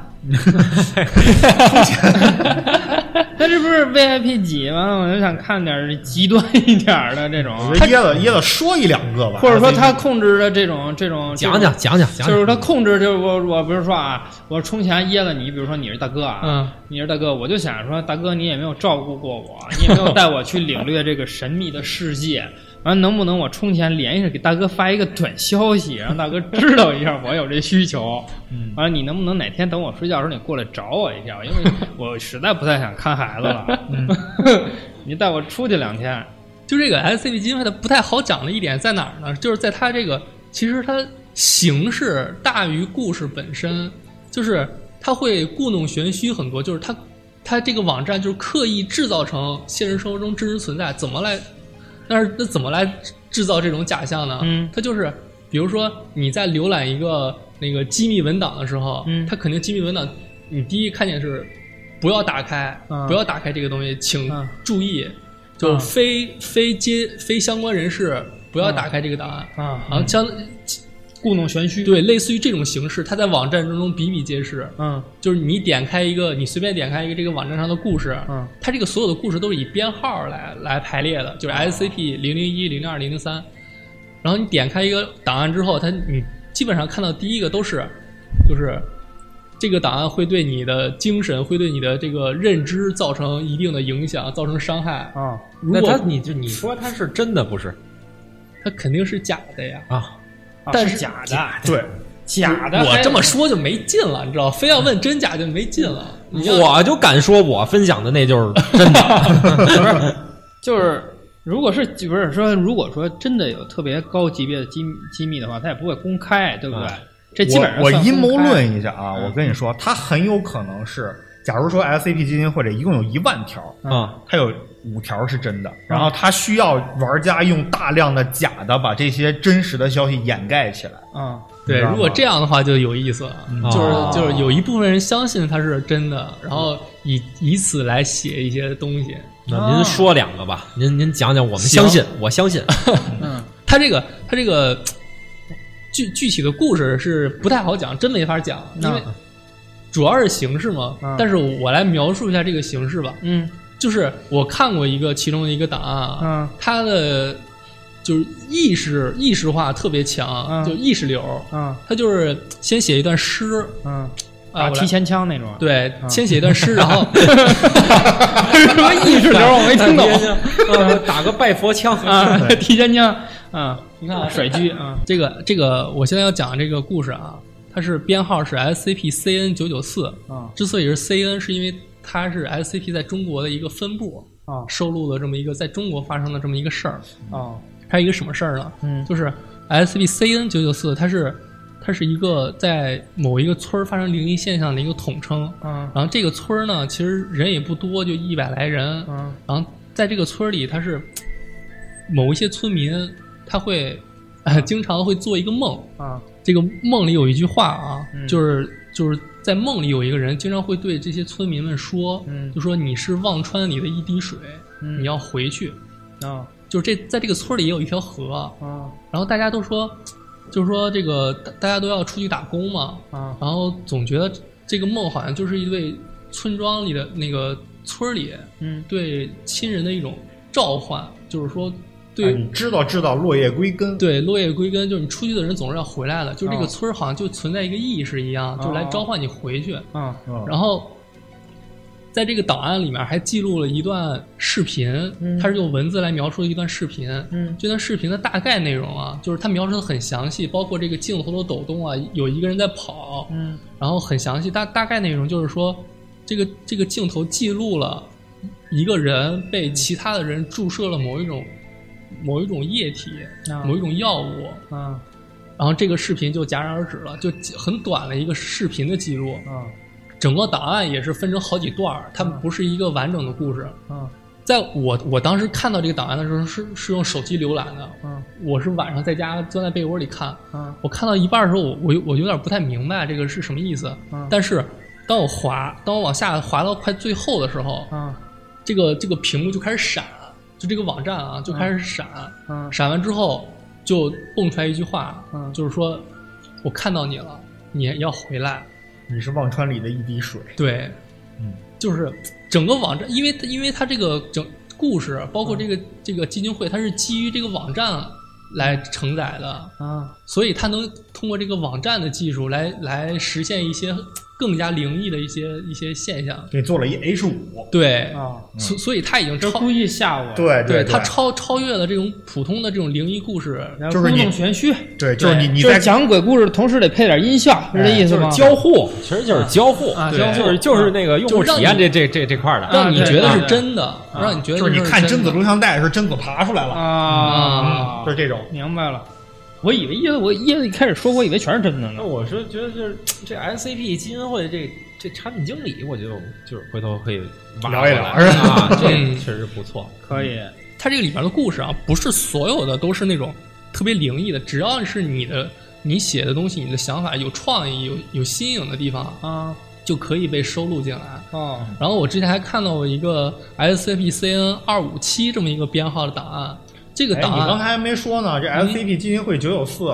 那这不是 VIP 几吗？我就想看点儿极端一点儿的这种，
我觉得椰子椰子说一两个吧，
或者说他控制的这种这种
讲讲，讲讲
这
讲
种就是
讲，
他控制，就是我我比如说啊，我充钱噎了你，比如说你是大哥啊，
嗯，
你是大哥，我就想说，大哥你也没有照顾过我，你也没有带我去领略这个神秘的世界。完，能不能我充钱联系给大哥发一个短消息，让大哥知道一下我有这需求？
嗯
完了，你能不能哪天等我睡觉的时候你过来找我一下？因为我实在不太想看孩子了。 [laughs] 你带我出去两天，
就这个 SCP 基金会它不太好讲的一点在哪儿呢？就是在它这个其实它形式大于故事本身，就是它会故弄玄虚很多，就是它它这个网站就是刻意制造成现实生活中真实存在，怎么来？但是那怎么来制造这种假象呢？
嗯
它就是比如说你在浏览一个那个机密文档的时候，
嗯
它肯定机密文档你第一看见是不要打开，
嗯
不要打开这个东西，请
嗯
注意。就
嗯嗯
是非、非接非相关人士不要打开这个档案，
啊
然后将
故弄玄虚。，
对类似于这种形式，它在网站当中比比皆是。
嗯
就是你点开一个，你随便点开一个这个网站上的故事，
嗯
它这个所有的故事都是以编号来来排列的，
啊
就是 SCP 零零一、零零二、零零三。然后你点开一个档案之后，它你基本上看到第一个都是，就是这个档案会对你的精神、会对你的这个认知造成一定的影响，造成伤害。
啊，
如
那
果
他你就你说他是真的不是
它肯定是假的呀。
啊？
但
但
是
是
假的，
啊对，
假的。哎
我
还
这么说就没劲了，你知道？非要问真假就没劲了。
嗯
你就
我就敢说，我分享的那就是真的。 [laughs]
就是，如果是不是说，如果说真的有特别高级别的机密机密的话，他也不会公开，对不对？
啊
这基本上
我我
算
阴谋
公开
论一下啊，
嗯
我跟你说，它很有可能是，假如说 SCP 基金会里一共有一万条，
啊，
它有五条是真的，
嗯
然后它需要玩家用大量的假的把这些真实的消息掩盖起来。
啊，
对，
你知道吗
如果这样的话就有意思了，
哦
就是就是有一部分人相信它是真的，然后以以此来写一些东西。
那
哦
您说两个吧，您您讲讲，我们
行
相信，我相信。
嗯
它这个它这个具具体的故事是不太好讲，真没法讲，因为主要是形式嘛
嗯。
但是我来描述一下这个形式吧，
嗯
就是我看过一个其中的一个档案啊，
嗯
它的就是意识意识化特别强，
嗯
就意识流。
嗯
他就是先写一段诗
嗯，
啊，
打
我
提
来
前枪那种，
对，
嗯
先写一段诗，然后
什么意识流我没哎
[laughs]
听懂
呃打个拜佛枪
啊，提前枪啊，
你看啊
甩狙啊，
这个这个，我现在要讲的这个故事啊，它是编号是 SCP-CN 九九四
啊
之所以是 CN，是因为它是 SCP 在中国的一个分部，
啊
啊
收录了这么一个在中国发生的这么一个事儿。
啊，
它是一个什么事儿呢？
嗯
就是 SBCN 九九四，它是它是一个在某一个村儿发生灵异现象的一个统称。
啊
嗯
然后这个村儿呢，其实人也不多，就一百来人。
啊
嗯
然后在这个村儿里，它是某一些村民，他会、呃、经常会做一个梦，
啊
这个梦里有一句话啊，
嗯
就是就是在梦里有一个人经常会对这些村民们说，
嗯
就说你是忘川里的一滴水，
嗯
你要回去。
啊
就是这在这个村里也有一条河，
啊
然后大家都说，就是说这个大大家都要出去打工嘛，
啊
然后总觉得这个梦好像就是一对村庄里的那个村里
嗯，
对亲人的一种召唤，就是说对、
哎你知道知道，落叶归根，
对，落叶归根，就是你出去的人总是要回来的，就是这
哦
个村儿好像就存在一个意识一样，就是来召唤你回去。
啊
嗯
然后，在这个档案里面还记录了一段视频，它是用文字来描述一段视频。
嗯
这段视频的大概内容啊，就是它描述的很详细，包括这个镜头的抖动啊，有一个人在跑，
嗯
然后很详细。大大概内容就是说，这个这个镜头记录了一个人被其他的人注射了某一种某一种液体、
啊
某一种药物，
啊
然后这个视频就戛然而止了，就很短的一个视频的记录。
啊
整个档案也是分成好几段儿，它不是一个完整的故事。
啊
在我我当时看到这个档案的时候，是是用手机浏览的，
啊
我是晚上在家钻在被窝里看。
啊
我看到一半儿的时候，我我有我有点不太明白这个是什么意思。
嗯
但是当我滑，当我往下滑到快最后的时候，
嗯
啊
这个这个屏幕就开始闪，就这个网站啊就开始闪，
嗯
啊
闪完之后就蹦出来一句话，
嗯
就是说我看到你了，你要回来。
你是忘川里的一滴水，
对，
嗯，
就是整个网站，因为因为它这个整故事，包括这个、这个基金会，它是基于这个网站来承载的，
啊
嗯
所以它能通过这个网站的技术来来实现一些更加灵异的一些一些现象。
给做了一 H 五
对，
啊，
所、所以它已经
这
超
故意吓我，，
对对，
对
啊
它超超越了这种普通的这种灵异故事。
就
故
是你
弄玄虚，
对，就是你你
就是
在
讲鬼故事，同时得配点音效，哎是这意思
就是
吗？
交互，其实就是交互，
啊
对
交互
就是就是那个用户体验这这这这块儿的，
让你觉得
啊对
是真的，让你觉得
就是你
是
看
真
贞子
的
录像带的时候，贞子爬出来了，
啊，
就是这种
明白了。我以为叶子，我叶子一开始说，我以为全是真的呢
那。我是觉得就是这 SCP 基金会这这产品经理，我觉得我们就是回头可以挖
聊一聊
过来
是吧
啊，这
嗯
确实不错。
可以，
它这个里面的故事啊，不是所有的都是那种特别灵异的，只要是你的你写的东西，你的想法有创意、有有新颖的地方，
啊，
就可以被收录进来。
哦，
然后我之前还看到过一个哎 SCP-CN 二五七这么一个编号的档案，这个
哎，
档
你刚
案，
才还没说呢，这 SCP 基金会九九四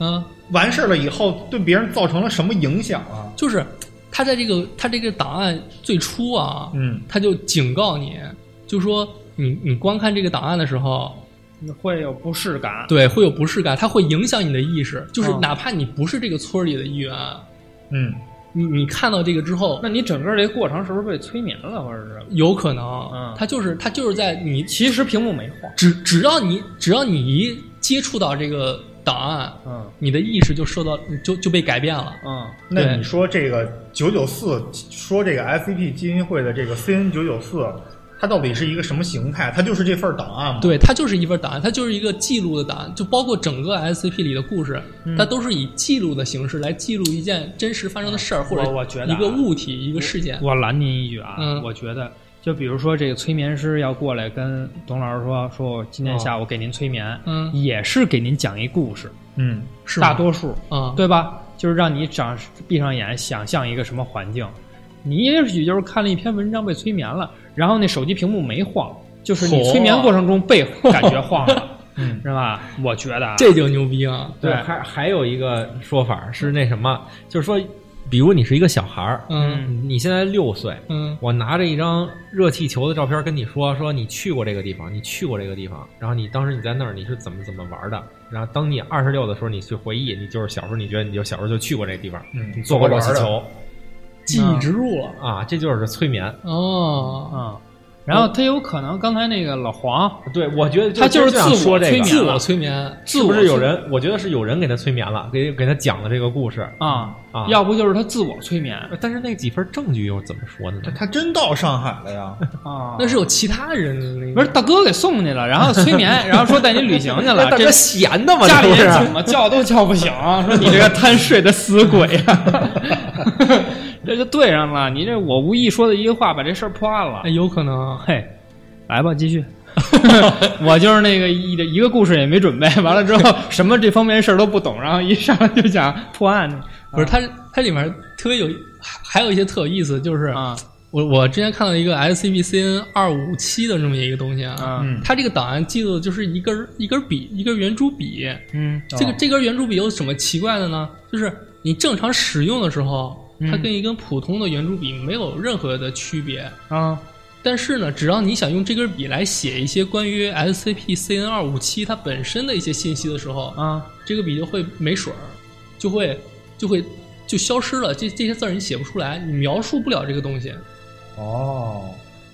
嗯，
完事儿了以后，对别人造成了什么影响啊？
就是它在这个它这个档案最初啊，
嗯，
它就警告你，就说你你观看这个档案的时候，
你会有不适感。
对，会有不适感，它会影响你的意识，就是
嗯
哪怕你不是这个村儿里的一员，
嗯，
你你看到这个之后
那，你整个这过程是不是被催眠了，或者是？
有可能，
嗯
它就是它就是在你
其实屏幕没晃。
只只要你只要你一接触到这个档案，
嗯
你的意识就受到就就被改变了。
嗯，
那
对
你说这个九九四，说这个 SCP 基金会的这个 CN 九九四，它到底是一个什么形态？它就是这份儿档案
啊
吗？
对，它就是一份档案，它就是一个记录的档案，就包括整个 SCP 里的故事，
嗯
它都是以记录的形式来记录一件真实发生的事儿，或者
我我觉得啊
一个物体、一个事件。
我拦您一句啊，
嗯
我觉得，就比如说这个催眠师要过来跟董老师说，说我今天下午给您催眠，
嗯
也是给您讲一故事，
嗯，
是吗
大多数，
啊，
对吧？就是让你长闭上眼，想象一个什么环境，你也许就是看了一篇文章被催眠了，然后那手机屏幕没晃，就是你
嚯
催眠过程中被感觉晃了， [laughs] 嗯、是吧？我觉得啊，
这就牛逼啊！
对
还还有一个说法是那什么，就是说，比如你是一个小孩儿，
嗯
你现在六岁，
嗯
我拿着一张热气球的照片跟你说，说你去过这个地方，你去过这个地方，然后你当时你在那儿你是怎么怎么玩的，然后当你二十六的时候，你去回忆，你就是小时候你觉得你就小时候就去过这个地方，
嗯
你坐过热气球
嗯
记忆植入了
啊，这就是催眠。
哦，
啊、然后他有可能刚才那个老黄，
对，我觉得
他
就
就是
想
自
说
我
这
催
个，
自
啊
我催眠，
是不是有人？我觉得是有人给他催眠了，给给他讲了这个故事。
嗯
啊
啊
要不就是他自我催眠
但是那几份证据又怎么说的呢？
他真到上海了呀？
啊
那是有其他人的那个
不是大哥给送去了，然后催眠，然后说带你旅行去
那
了，
[laughs] 大
这
哥闲的嘛，
家里
这
人
不
怎
是
么叫都叫不醒，说你这个贪睡的死鬼啊， [laughs] 这就对上了。你这我无意说的一句话，把这事儿破案了
哎，。有可能
嘿，来吧，继续。 [laughs] 我就是那个一一个故事也没准备，完了之后什么这方面事儿都不懂，然后一上来就想破案啊
不是它它里面特别有，还还有一些特有意思，就是
啊
我我之前看到一个 SCBCN 二五七的这么一个东西啊，
啊
嗯
它这个档案记录的就是一根儿一根儿笔一根儿圆珠笔，
嗯
这
哦
个这根圆珠笔有什么奇怪的呢？就是你正常使用的时候，
嗯
它跟一根普通的圆珠笔没有任何的区别。
啊
但是呢，只要你想用这根笔来写一些关于 SCP-CN 二五七它本身的一些信息的时候，
啊
这个笔就会没水儿，就会就会就消失了。这这些字儿你写不出来，你描述不了这个东西。
哦，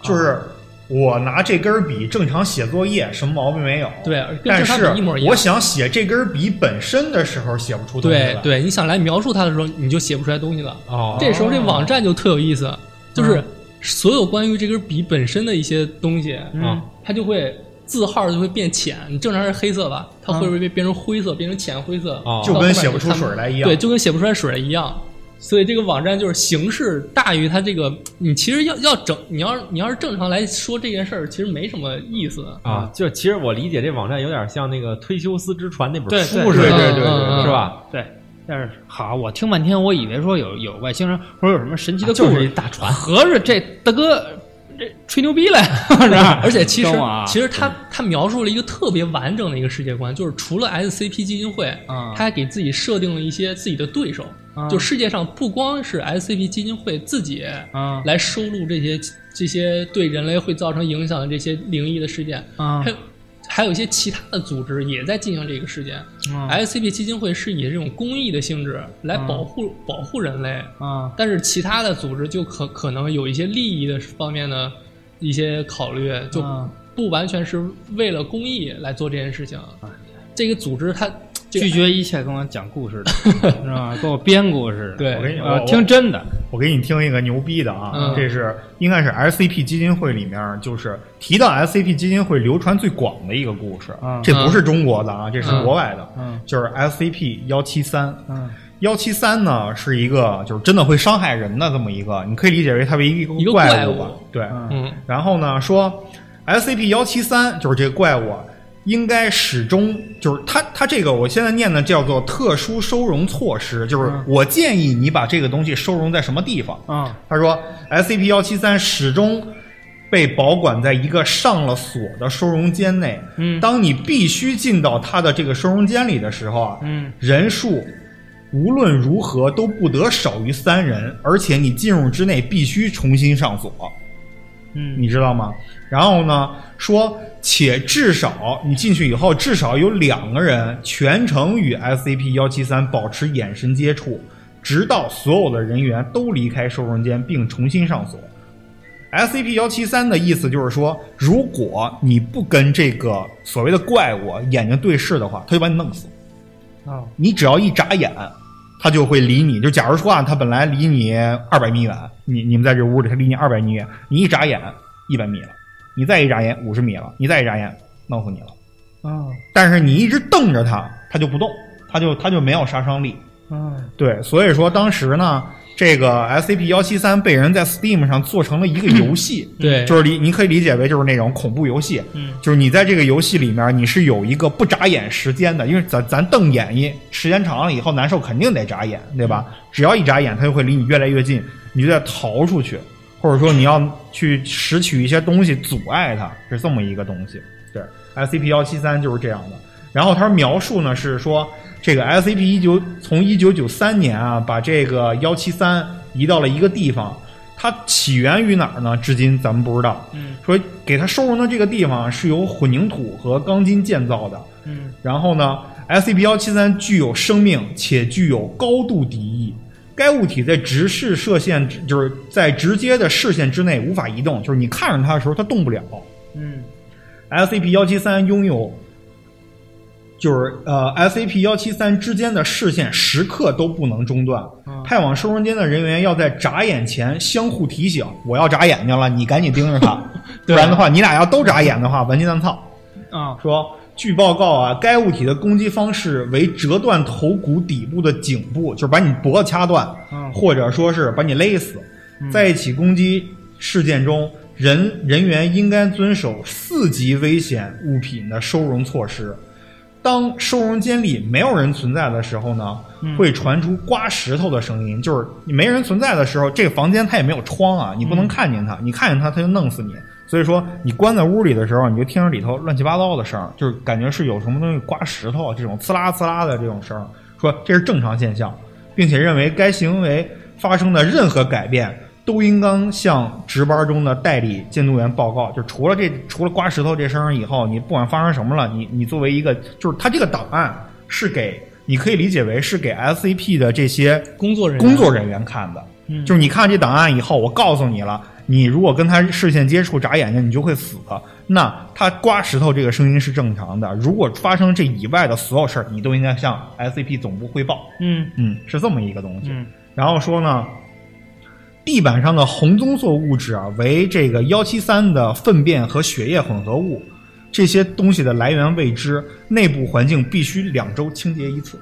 就是我拿这根笔正常写作业，什么毛病没有。
对跟
但
正常
是
笔一模一样
我想写这根笔本身的时候，写不出东西来。
对对，你想来描述它的时候，你就写不出来东西了。
哦，嗯
这时候这网站就特有意思，就是所有关于这根笔本身的一些东西啊，
嗯
它就会字号就会变浅。你正常是黑色吧，它会不会变变成灰色，变成浅灰色？
嗯哦
就跟写不出水来一样。
对，就跟写不出来水一样。所以这个网站就是形式大于它这个，你其实要要整，你要你要是正常来说这件事儿，其实没什么意思。
啊，就是其实我理解这网站有点像那个《忒修斯之船》那
对
本
对
书似的，
对对对
对
是吧？
对，但是好，我听半天，我以为说有有外星人或者有什么
啊
神奇的故
就
事，
是一大船，
合着这大
[laughs]
哥这吹牛逼来 [laughs] 了，
而且其实
懂啊
其实他他描述了一个特别完整的一个世界观，就是除了 SCP 基金会，
啊
他还给自己设定了一些自己的对手
啊，
就世界上不光是 SCP 基金会自己
啊
来收录这些这些对人类会造成影响的这些灵异的事件，
啊
还有还有一些其他的组织也在进行这个事件。
啊
SCP 基金会是以这种公益的性质来
嗯
保护保护人类，
啊
但是其他的组织就可可能有一些利益的方面的一些考虑，就
啊
不完全是为了公益来做这件事情。这个组织它这个
拒绝一切跟我讲故
[laughs]
事的，是吧？给我编故事的，
对
我跟你
呃
我，
听真的
我给你听一个牛逼的啊，
嗯
这是应该是 SCP 基金会里面就是提到 SCP 基金会流传最广的一个故事，
嗯
这不是中国的啊，这是国外的，
嗯
就是 SCP 幺七三。
嗯
幺七三呢是一个就是真的会伤害人的这么一个，你可以理解为它为一
一个
个怪
怪
吧
物
对，
嗯
嗯
然后呢说 SCP 幺七三就是这个怪物啊。应该始终就是它，它这个我现在念的叫做特殊收容措施，就是
嗯
我建议你把这个东西收容在什么地方。
啊
他说，SCP 幺七三始终被保管在一个上了锁的收容间内。
嗯
当你必须进到它的这个收容间里的时候啊，
嗯
人数无论如何都不得少于三人，而且你进入之内必须重新上锁。
嗯
你知道吗？然后呢，说且至少你进去以后，至少有两个人全程与 SCP 幺七三保持眼神接触，直到所有的人员都离开收容间并重新上锁。SCP 幺七三的意思就是说，如果你不跟这个所谓的怪物啊眼睛对视的话，他就把你弄死。
啊
你只要一眨眼，他就会离你。就假如说啊，他本来离你二百米远，你你们在这屋里，他离你二百米远，你一眨眼一百米了，你再一眨眼五十米了，你再一眨眼弄死你了。
啊
但是你一直瞪着他，他就不动，他就他就没有杀伤力。
啊
对，所以说当时呢，这个 SCP 幺七三被人在 Steam 上做成了一个游戏，
对
就是理你可以理解为就是那种恐怖游戏，
嗯，
就是你在这个游戏里面你是有一个不眨眼时间的，因为咱咱瞪眼一时间长了以后难受，肯定得眨眼，对吧？只要一眨眼，它就会离你越来越近，你就得逃出去，或者说你要去拾取一些东西阻碍它，是这么一个东西。对，SCP 幺七三就是这样的。然后它描述呢是说，这个 SCP 一九从一九九三年啊，把这个幺七三移到了一个地方，它起源于哪儿呢？至今咱们不知道。
嗯
说给它收容的这个地方是由混凝土和钢筋建造的。
嗯
然后呢，SCP 幺七三具有生命且具有高度敌意，该物体在直视射线之，就是在直接的视线之内无法移动，就是你看着它的时候它动不了。
嗯
SCP 幺七三拥有，就是呃 SCP 幺七三之间的视线时刻都不能中断。派往收容间的人员要在眨眼前相互提醒：“我要眨眼睛了，你赶紧盯着他，不然的话，你俩要都眨眼的话，完鸡蛋操。”
啊，
说，据报告啊，该物体的攻击方式为折断头骨底部的颈部，就是把你脖子掐断，
嗯
啊或者说是把你勒死。在一起攻击事件中，人人员应该遵守四级危险物品的收容措施。当收容间里没有人存在的时候呢，会传出刮石头的声音。就是你没人存在的时候，这个房间它也没有窗啊，你不能看见它，你看见它它就弄死你。所以说，你关在屋里的时候，你就听着里头乱七八糟的声儿，就是感觉是有什么东西刮石头啊这种刺啦刺啦的这种声儿，说这是正常现象，并且认为该行为发生的任何改变都应当向值班中的代理监督员报告。就除了这除了刮石头这声儿以后，你不管发生什么了，你你作为一个就是他这个档案是给你可以理解为是给 SCP 的这些
工作人员
工作人员看的，就是你看这档案以后，我告诉你了，你如果跟他视线接触、眨眼睛，你就会死的。那他刮石头这个声音是正常的，如果发生这以外的所有事儿，你都应该向 SCP 总部汇报。
嗯
嗯，是这么一个东西。
嗯
然后说呢，地板上的红棕色物质啊，为这个幺七三的粪便和血液混合物，这些东西的来源未知，内部环境必须两周清洁一次。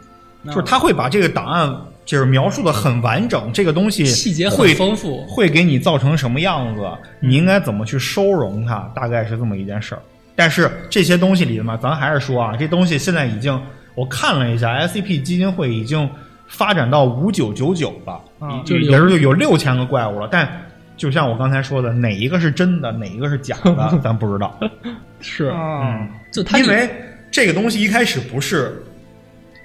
就是他会把这个档案就是描述的很完整，这个东西
细节很
会
丰富
会给你造成什么样子，你应该怎么去收容它，大概是这么一件事儿。但是这些东西里嘛，咱还是说啊，这东西现在已经我看了一下，SCP 基金会已经发展到五九九九了，
啊
就
就是
也是有六千个怪物了，但。就像我刚才说的，哪一个是真的，哪一个是假的，咱不知道。
是，
嗯，
就他
因为这个东西一开始不是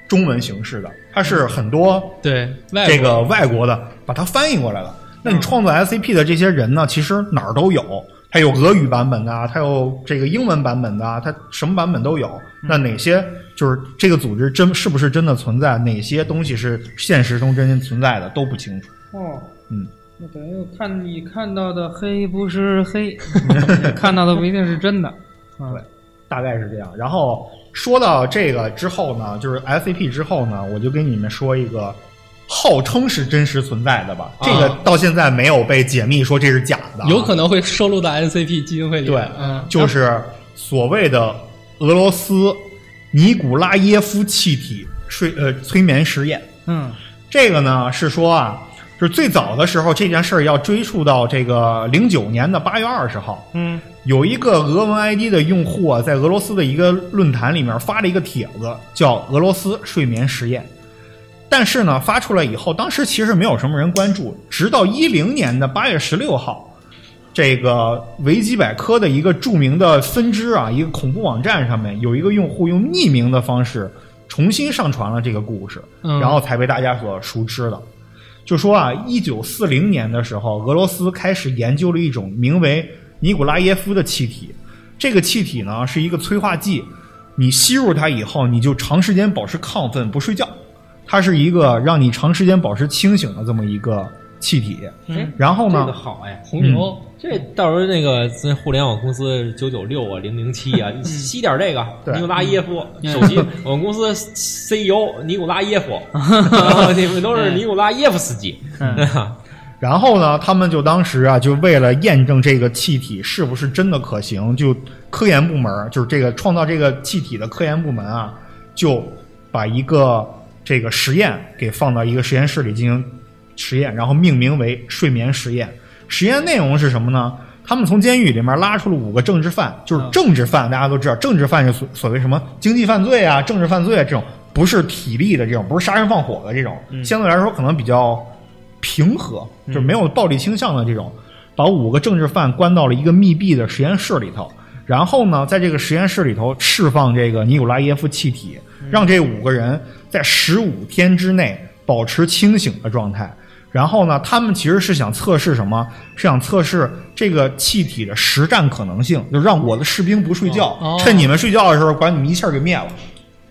中文形式的，它是很多
对外
这
国
个外国的把它翻译过来的。那你创作 SCP 的这些人呢，其实哪儿都有，它有俄语版本的啊，它有这个英文版本的啊，它什么版本都有。
嗯
那哪些就是这个组织真是不是真的存在？哪些东西是现实中真正存在的都不清楚。
哦，
嗯，
那等于我看你看到的黑不是
[laughs]
黑，看到的不一定是真的。
大概是这样。然后说到这个之后呢，就是 SCP 之后呢，我就跟你们说一个号称是真实存在的吧，
啊
这个到现在没有被解密说这是假的啊，
有可能会收录到 SCP 基金会里。
对
嗯，
就是所谓的俄罗斯尼古拉耶夫气体睡呃催眠实验。
嗯，
这个呢是说啊，就是最早的时候这件事儿要追溯到这个零九年的八月二十号。
嗯，
有一个俄文 ID 的用户啊，在俄罗斯的一个论坛里面发了一个帖子，叫“俄罗斯睡眠实验”。但是呢，发出来以后，当时其实没有什么人关注，直到一零年的八月十六号，这个维基百科的一个著名的分支啊，一个恐怖网站上面有一个用户用匿名的方式重新上传了这个故事，
嗯
然后才被大家所熟知的。就说啊，一九四零年的时候，俄罗斯开始研究了一种名为尼古拉耶夫的气体。这个气体呢是一个催化剂，你吸入它以后，你就长时间保持亢奋不睡觉。它是一个让你长时间保持清醒的这么一个气体。
嗯
然后
这
呢，嗯
个好哎，
红牛
这到时候那个咱互联网公司九九六啊、零零七啊，你吸点这个
对
尼古拉耶夫，首席我们公司 CEO 尼古拉耶 [laughs] 夫，然后你们都是尼古拉耶夫斯基，
嗯
然后呢，他们就当时啊，就为了验证这个气体是不是真的可行，就科研部门儿就是这个创造这个气体的科研部门啊，就把一个这个实验给放到一个实验室里进行实验，然后命名为睡眠实验。实验内容是什么呢？他们从监狱里面拉出了五个政治犯，就是政治犯，大家都知道，政治犯是所所谓什么经济犯罪啊、政治犯罪啊这种，不是体力的这种，不是杀人放火的这种，相对来说可能比较平和，
嗯
就是没有暴力倾向的这种，把五个政治犯关到了一个密闭的实验室里头，然后呢，在这个实验室里头释放这个尼古拉耶夫气体，
嗯
让这五个人在十五天之内保持清醒的状态。然后呢，他们其实是想测试什么？是想测试这个气体的实战可能性，就让我的士兵不睡觉，
哦
趁哦你们睡觉的时候把你们一下给灭了。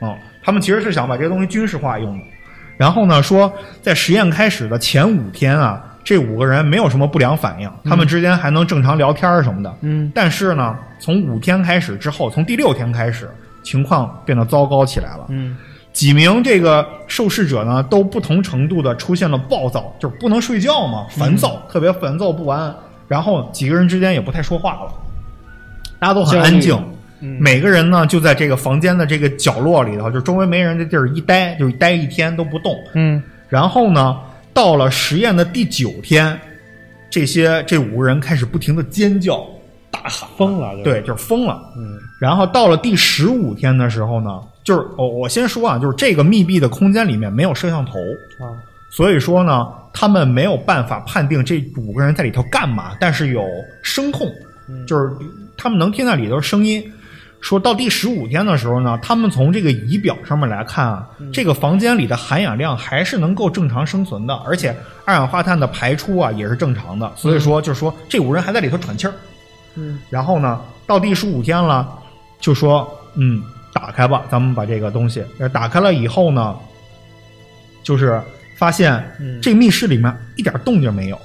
嗯，他们其实是想把这个东西军事化用的。然后呢，说在实验开始的前五天啊，这五个人没有什么不良反应，他们之间还能正常聊天儿什么的。
嗯，
但是呢，从五天开始之后，从第六天开始，情况变得糟糕起来了。
嗯，
几名这个受试者呢，都不同程度的出现了暴躁，就是不能睡觉嘛，烦躁，特别烦躁不安。然后几个人之间也不太说话了，大家都很安静
焦虑。
嗯
每个人呢，就在这个房间的这个角落里头，就周围没人的地儿一待，就待一天都不动。
嗯，
然后呢，到了实验的第九天，这些这五个人开始不停的尖叫，
疯了，
对，就是疯了。嗯，然后到了第十五天的时候呢，就是我、我先说啊，就是这个密闭的空间里面没有摄像头
啊，
所以说呢，他们没有办法判定这五个人在里头干嘛，但是有声控，就是他们能听到里头声音。说到第十五天的时候呢，他们从这个仪表上面来看啊，这个房间里的含氧量还是能够正常生存的，而且二氧化碳的排出啊也是正常的，所以说就是说这五人还在里头喘气儿。然后呢，到第十五天了，就说嗯，打开吧，咱们把这个东西。呃打开了以后呢，就是发现这密室里面一点动静没有，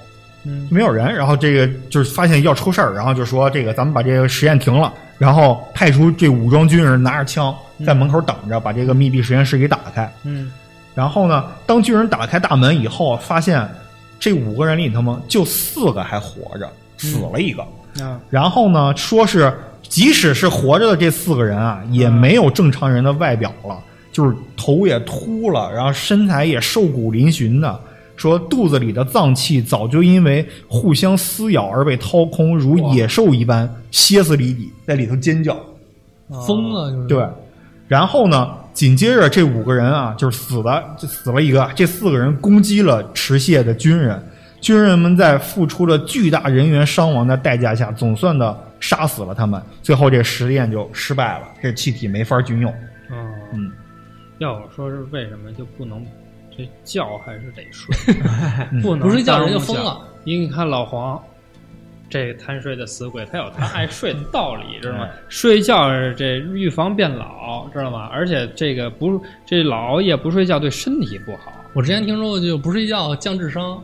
嗯
没有人。然后这个就是发现要出事儿，然后就说这个咱们把这个实验停了，然后派出这武装军人拿着枪在门口等着，把这个密闭实验室给打开。
嗯
然后呢，当巨人打开大门以后，发现这五个人里头嘛，就四个还活着，死了一个。
嗯
啊
然后呢，说是即使是活着的这四个人啊，也没有正常人的外表了，就是头也秃了，然后身材也瘦骨嶙峋的。说肚子里的脏器早就因为互相撕咬而被掏空，如野兽一般歇斯底里，在里头尖叫。嗯
疯了就是。
对，然后呢，紧接着这五个人啊，就是死了，就死了一个，这四个人攻击了持械的军人，军人们在付出了巨大人员伤亡的代价下，总算的杀死了他们。最后这实验就失败了，这气体没法军用。
嗯，
嗯，
要我说是为什么就不能这觉还是得睡， [laughs] 不能
不睡觉
耽误
人就疯了。
因为你看老黄。这贪睡的死鬼，他有他爱睡的道理，知道吗
哎？
睡觉是这预防变老，知道吗？而且这个不这老熬夜不睡觉对身体不好。
我之前听说过，就不睡觉降智商，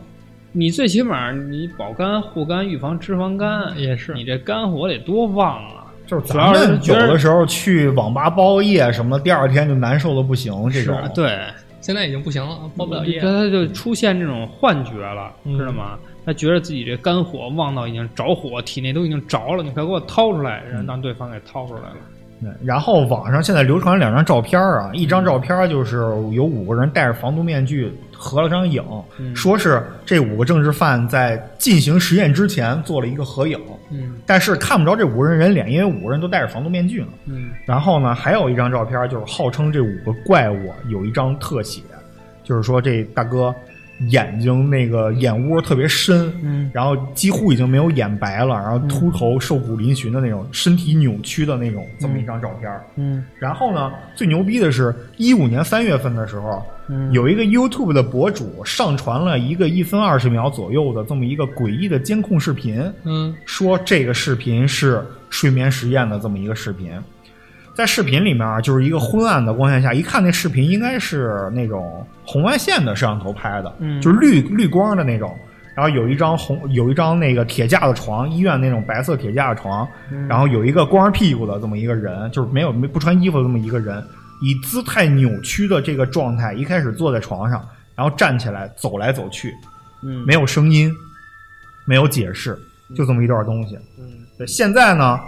你最起码你保肝护肝，预防脂肪
嗯
肝
也是
你这肝火得多旺啊！
就是
主要
咱
是
们
觉
有
得
的时候去网吧包夜什么的，第二天就难受的不行，这种
啊对，
现在已经不行了，包
嗯
不了
就
夜。
他就出现这种幻觉了，知道吗？他觉得自己这肝火旺到已经着火，体内都已经着了，你快给我掏出来，然后让对方给掏出来了。
嗯然后网上现在流传两张照片啊，一张照片就是有五个人戴着防毒面具合了张影，
嗯
说是这五个政治犯在进行实验之前做了一个合影，
嗯
但是看不着这五个人人脸，因为五个人都戴着防毒面具呢。
嗯
然后呢，还有一张照片就是号称这五个怪物啊有一张特写，就是说这大哥眼睛那个眼窝特别深，
嗯
然后几乎已经没有眼白了，然后秃头、瘦骨嶙峋的那种，身体扭曲的那种，这么一张照片。
嗯
然后呢，最牛逼的是，一五年三月份的时候，
嗯
有一个 YouTube 的博主上传了一个一分二十秒左右的这么一个诡异的监控视频，
嗯，
说这个视频是睡眠实验的这么一个视频。在视频里面啊，就是一个昏暗的光线下，一看那视频应该是那种红外线的摄像头拍的，
嗯
就是绿绿光的那种。然后有一张红，有一张那个铁架子床，医院那种白色铁架子床，然后有一个光着屁股的这么一个人，就是没有没不穿衣服的这么一个人，以姿态扭曲的这个状态，一开始坐在床上，然后站起来走来走去，
嗯
没有声音，没有解释，就这么一段东西。
嗯
对，现在呢，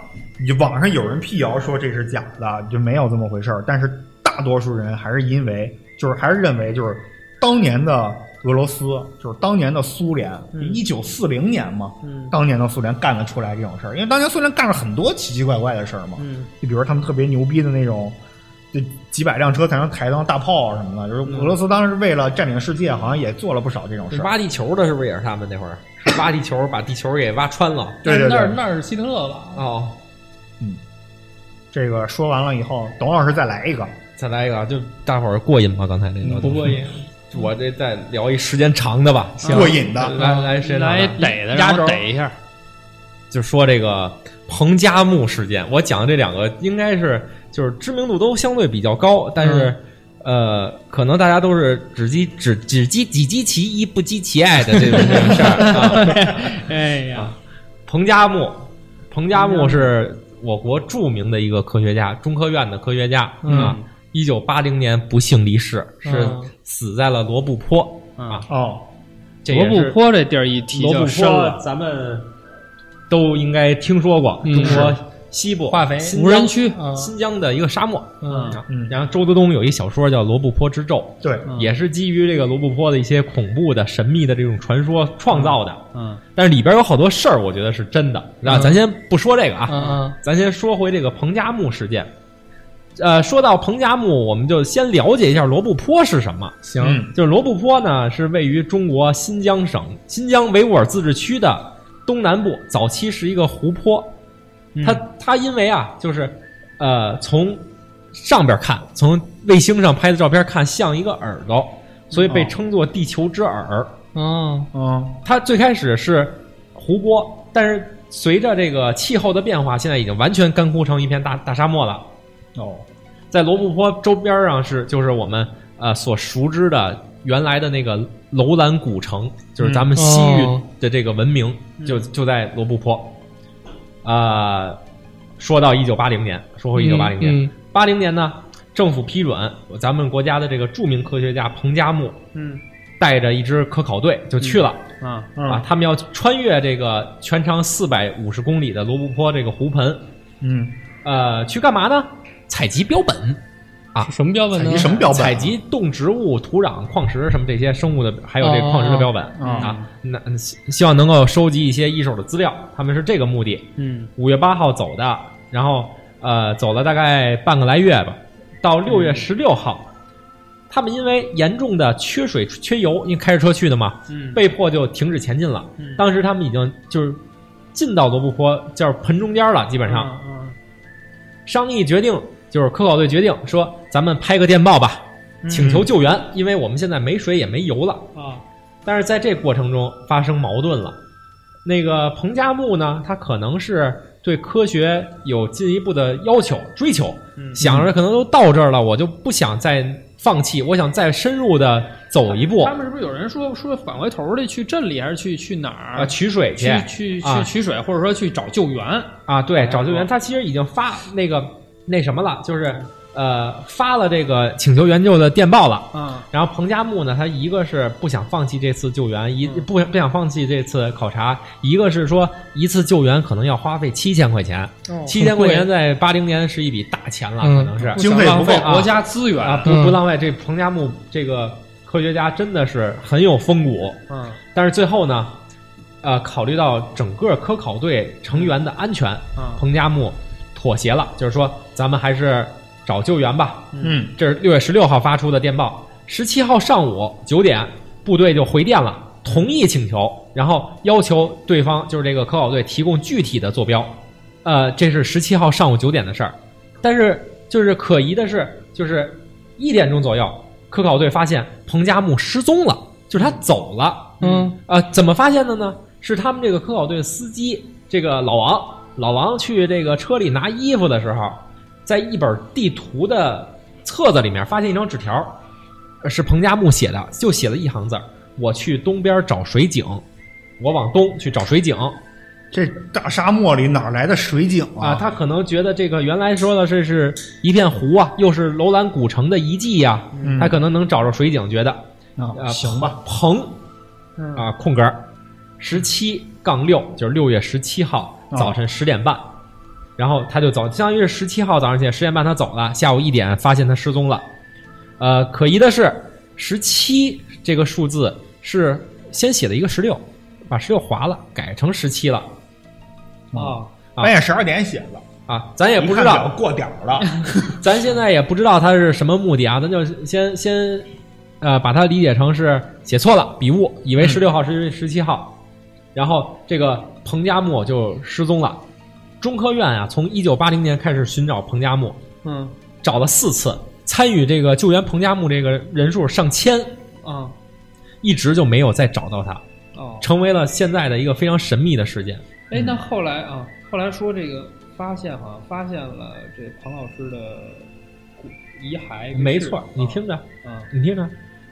你网上有人辟谣说这是假的，就没有这么回事儿。但是大多数人还是因为，就是还是认为，就是当年的俄罗斯，就是当年的苏联，一九四零年嘛，
嗯
当年的苏联干得出来这种事儿，因为当年苏联干了很多奇奇怪怪的事儿嘛，
嗯
就比如他们特别牛逼的那种，就几百辆车才能抬当大炮啊什么的，就是俄罗斯当时为了占领世界，好像也做了不少这种事儿。
挖地球的是不是也是他们那会儿挖地球把地球给挖穿了？
对对
那儿
对
那儿是希特勒吧？
哦，
这个说完了以后，董老师再来一个。
再来一个啊，就大伙儿过瘾吗？刚才那
嗯
个
不过瘾，
我这再聊一时间长的吧，行
过瘾的
来来时间长
来
的
逮的，
压
然后
轴
逮一下。
就说这个彭加木事件，我讲的这两个应该是就是知名度都相对比较高，但是、呃，可能大家都是只击只只击只击其一不击其爱的这种这种事儿啊。
哎呀，
彭加木，彭加木是我国著名的一个科学家，中科院的科学家啊。一九八零年不幸离世，是
嗯
死在了罗布泊啊。
哦，
这
罗
也
布
是
泊嗯这地儿一提
罗
就
布
深
泊，
了，
咱们都应该听说过，
嗯
中国西部
化肥
新疆
无人区，
啊，
新疆的一个沙漠。
嗯
啊
嗯
然后周德东有一小说叫《罗布泊之咒》，
对，
嗯
也是基于这个罗布泊的一些恐怖的、神秘的这种传说创造的。
嗯
但是里边有好多事儿，我觉得是真的。那
嗯
咱先不说这个啊，
嗯
咱先说回这个彭加木事件。呃，说到彭加木，我们就先了解一下罗布泊是什么。行
嗯
就是罗布泊呢，是位于中国新疆省新疆维吾尔自治区的东南部，早期是一个湖泊。
嗯
它它因为啊，就是呃，从上边看，从卫星上拍的照片看，像一个耳朵，所以被
哦
称作地球之耳。
嗯
嗯，
它最开始是湖泊，但是随着这个气候的变化，现在已经完全干枯成一片大大沙漠了。
哦，
在罗布泊周边上是就是我们呃所熟知的原来的那个楼兰古城，就是咱们西域
哦
的这个文明，就就在罗布泊。啊、说到一九八零年，说回一九八零年，
嗯
八零年呢，政府批准咱们国家的这个著名科学家彭加木
嗯
带着一支科考队就去了。
啊
嗯
啊，他们要穿越这个全长四百五十公里的罗布泊这个湖盆，
嗯，
呃，去干嘛呢？采集标本，啊
什么标本呢？
什么标本啊？
采集动植物、土壤、矿石什么这些生物的，还有这个矿石的标本、
哦
嗯
啊。那希希望能够收集一些一手的资料，他们是这个目的。
嗯
五月八号走的，然后呃走了大概半个来月吧，到六月十六号，他们因为严重的缺水、缺油，因为开着车去的嘛，
嗯
被迫就停止前进了。
嗯
当时他们已经就是进到罗布泊，就是盆中间了，基
嗯
本上、
上
商议决定，就是科考队决定说，咱们拍个电报吧，
嗯
请求救援，因为我们现在没水也没油了。
啊
但是在这过程中发生矛盾了。那个彭加木呢，他可能是对科学有进一步的要求、追求，
嗯
想着可能都到这儿了，我就不想再放弃，我想再深入的走一步
他们是不是有人说说返回头儿得去镇里，还是去去哪
啊，
儿？
取水去
去去
啊
去取哎水，或者说去找救援？
啊，对，找救
然
援，
后
他其实已经发那个那什么了，就是呃发了这个请求援救的电报了。
啊
然后彭加木呢，他一个是不想放弃这次救援，一
嗯
不不想放弃这次考察，一个是说一次救援可能要花费七千块钱，
哦
七千块钱在八零年是一笔大钱了，
哦嗯
可能是
不
经
哦想
费
浪
不
费
够
国家资源
啊，不
嗯
不浪费。这彭加木这个科学家真的是很有风骨，
嗯
但是最后呢，呃，考虑到整个科考队成员的安全，
嗯
啊
彭加木妥协了，就是说咱们还是找救援吧。
嗯，
这是六月十六号发出的电报，十七号上午九点，部队就回电了，同意请求，然后要求对方就是这个科考队提供具体的坐标。呃，这是十七号上午九点的事儿，但是就是可疑的是，就是一点钟左右，科考队发现彭加木失踪了，就是他走了。
嗯
啊，怎么发现的呢？是他们这个科考队司机这个老王，老王去这个车里拿衣服的时候，在一本地图的册子里面发现一张纸条，呃是彭加木写的，就写了一行字儿：“我去东边找水井，我往东去找水井。”
这大沙漠里哪来的水井
啊，他可能觉得这个原来说的是是一片湖啊，又是楼兰古城的遗迹呀、
嗯
他可能能找着水井，觉得
啊
啊，
行吧，
彭啊空格十七杠六就是六月十七号
啊
早晨十点半，然后他就走，相当于是十七号早上起来十点半他走了，下午一点发现他失踪了。呃，可疑的是十七这个数字是先写了一个十六，把十六划了，改成十七了
啊
啊
半夜十二点写的，
啊，咱也不知
一看
道
表过点儿了，
咱现在也不知道他是什么目的啊，咱就先先呃把它理解成是写错了，笔误，以为十六号是十七号，然后这个彭加木就失踪了。中科院啊，从一九八零年开始寻找彭加木，
嗯
找了四次，参与这个救援彭加木这个人数上千，
啊
一直就没有再找到他，
哦，
成为了现在的一个非常神秘的事件。
哎，
嗯
那后来啊，后来说这个发现好像发现了这庞老师的骨遗骸，
没错，
哦
你听着，
啊
你听着，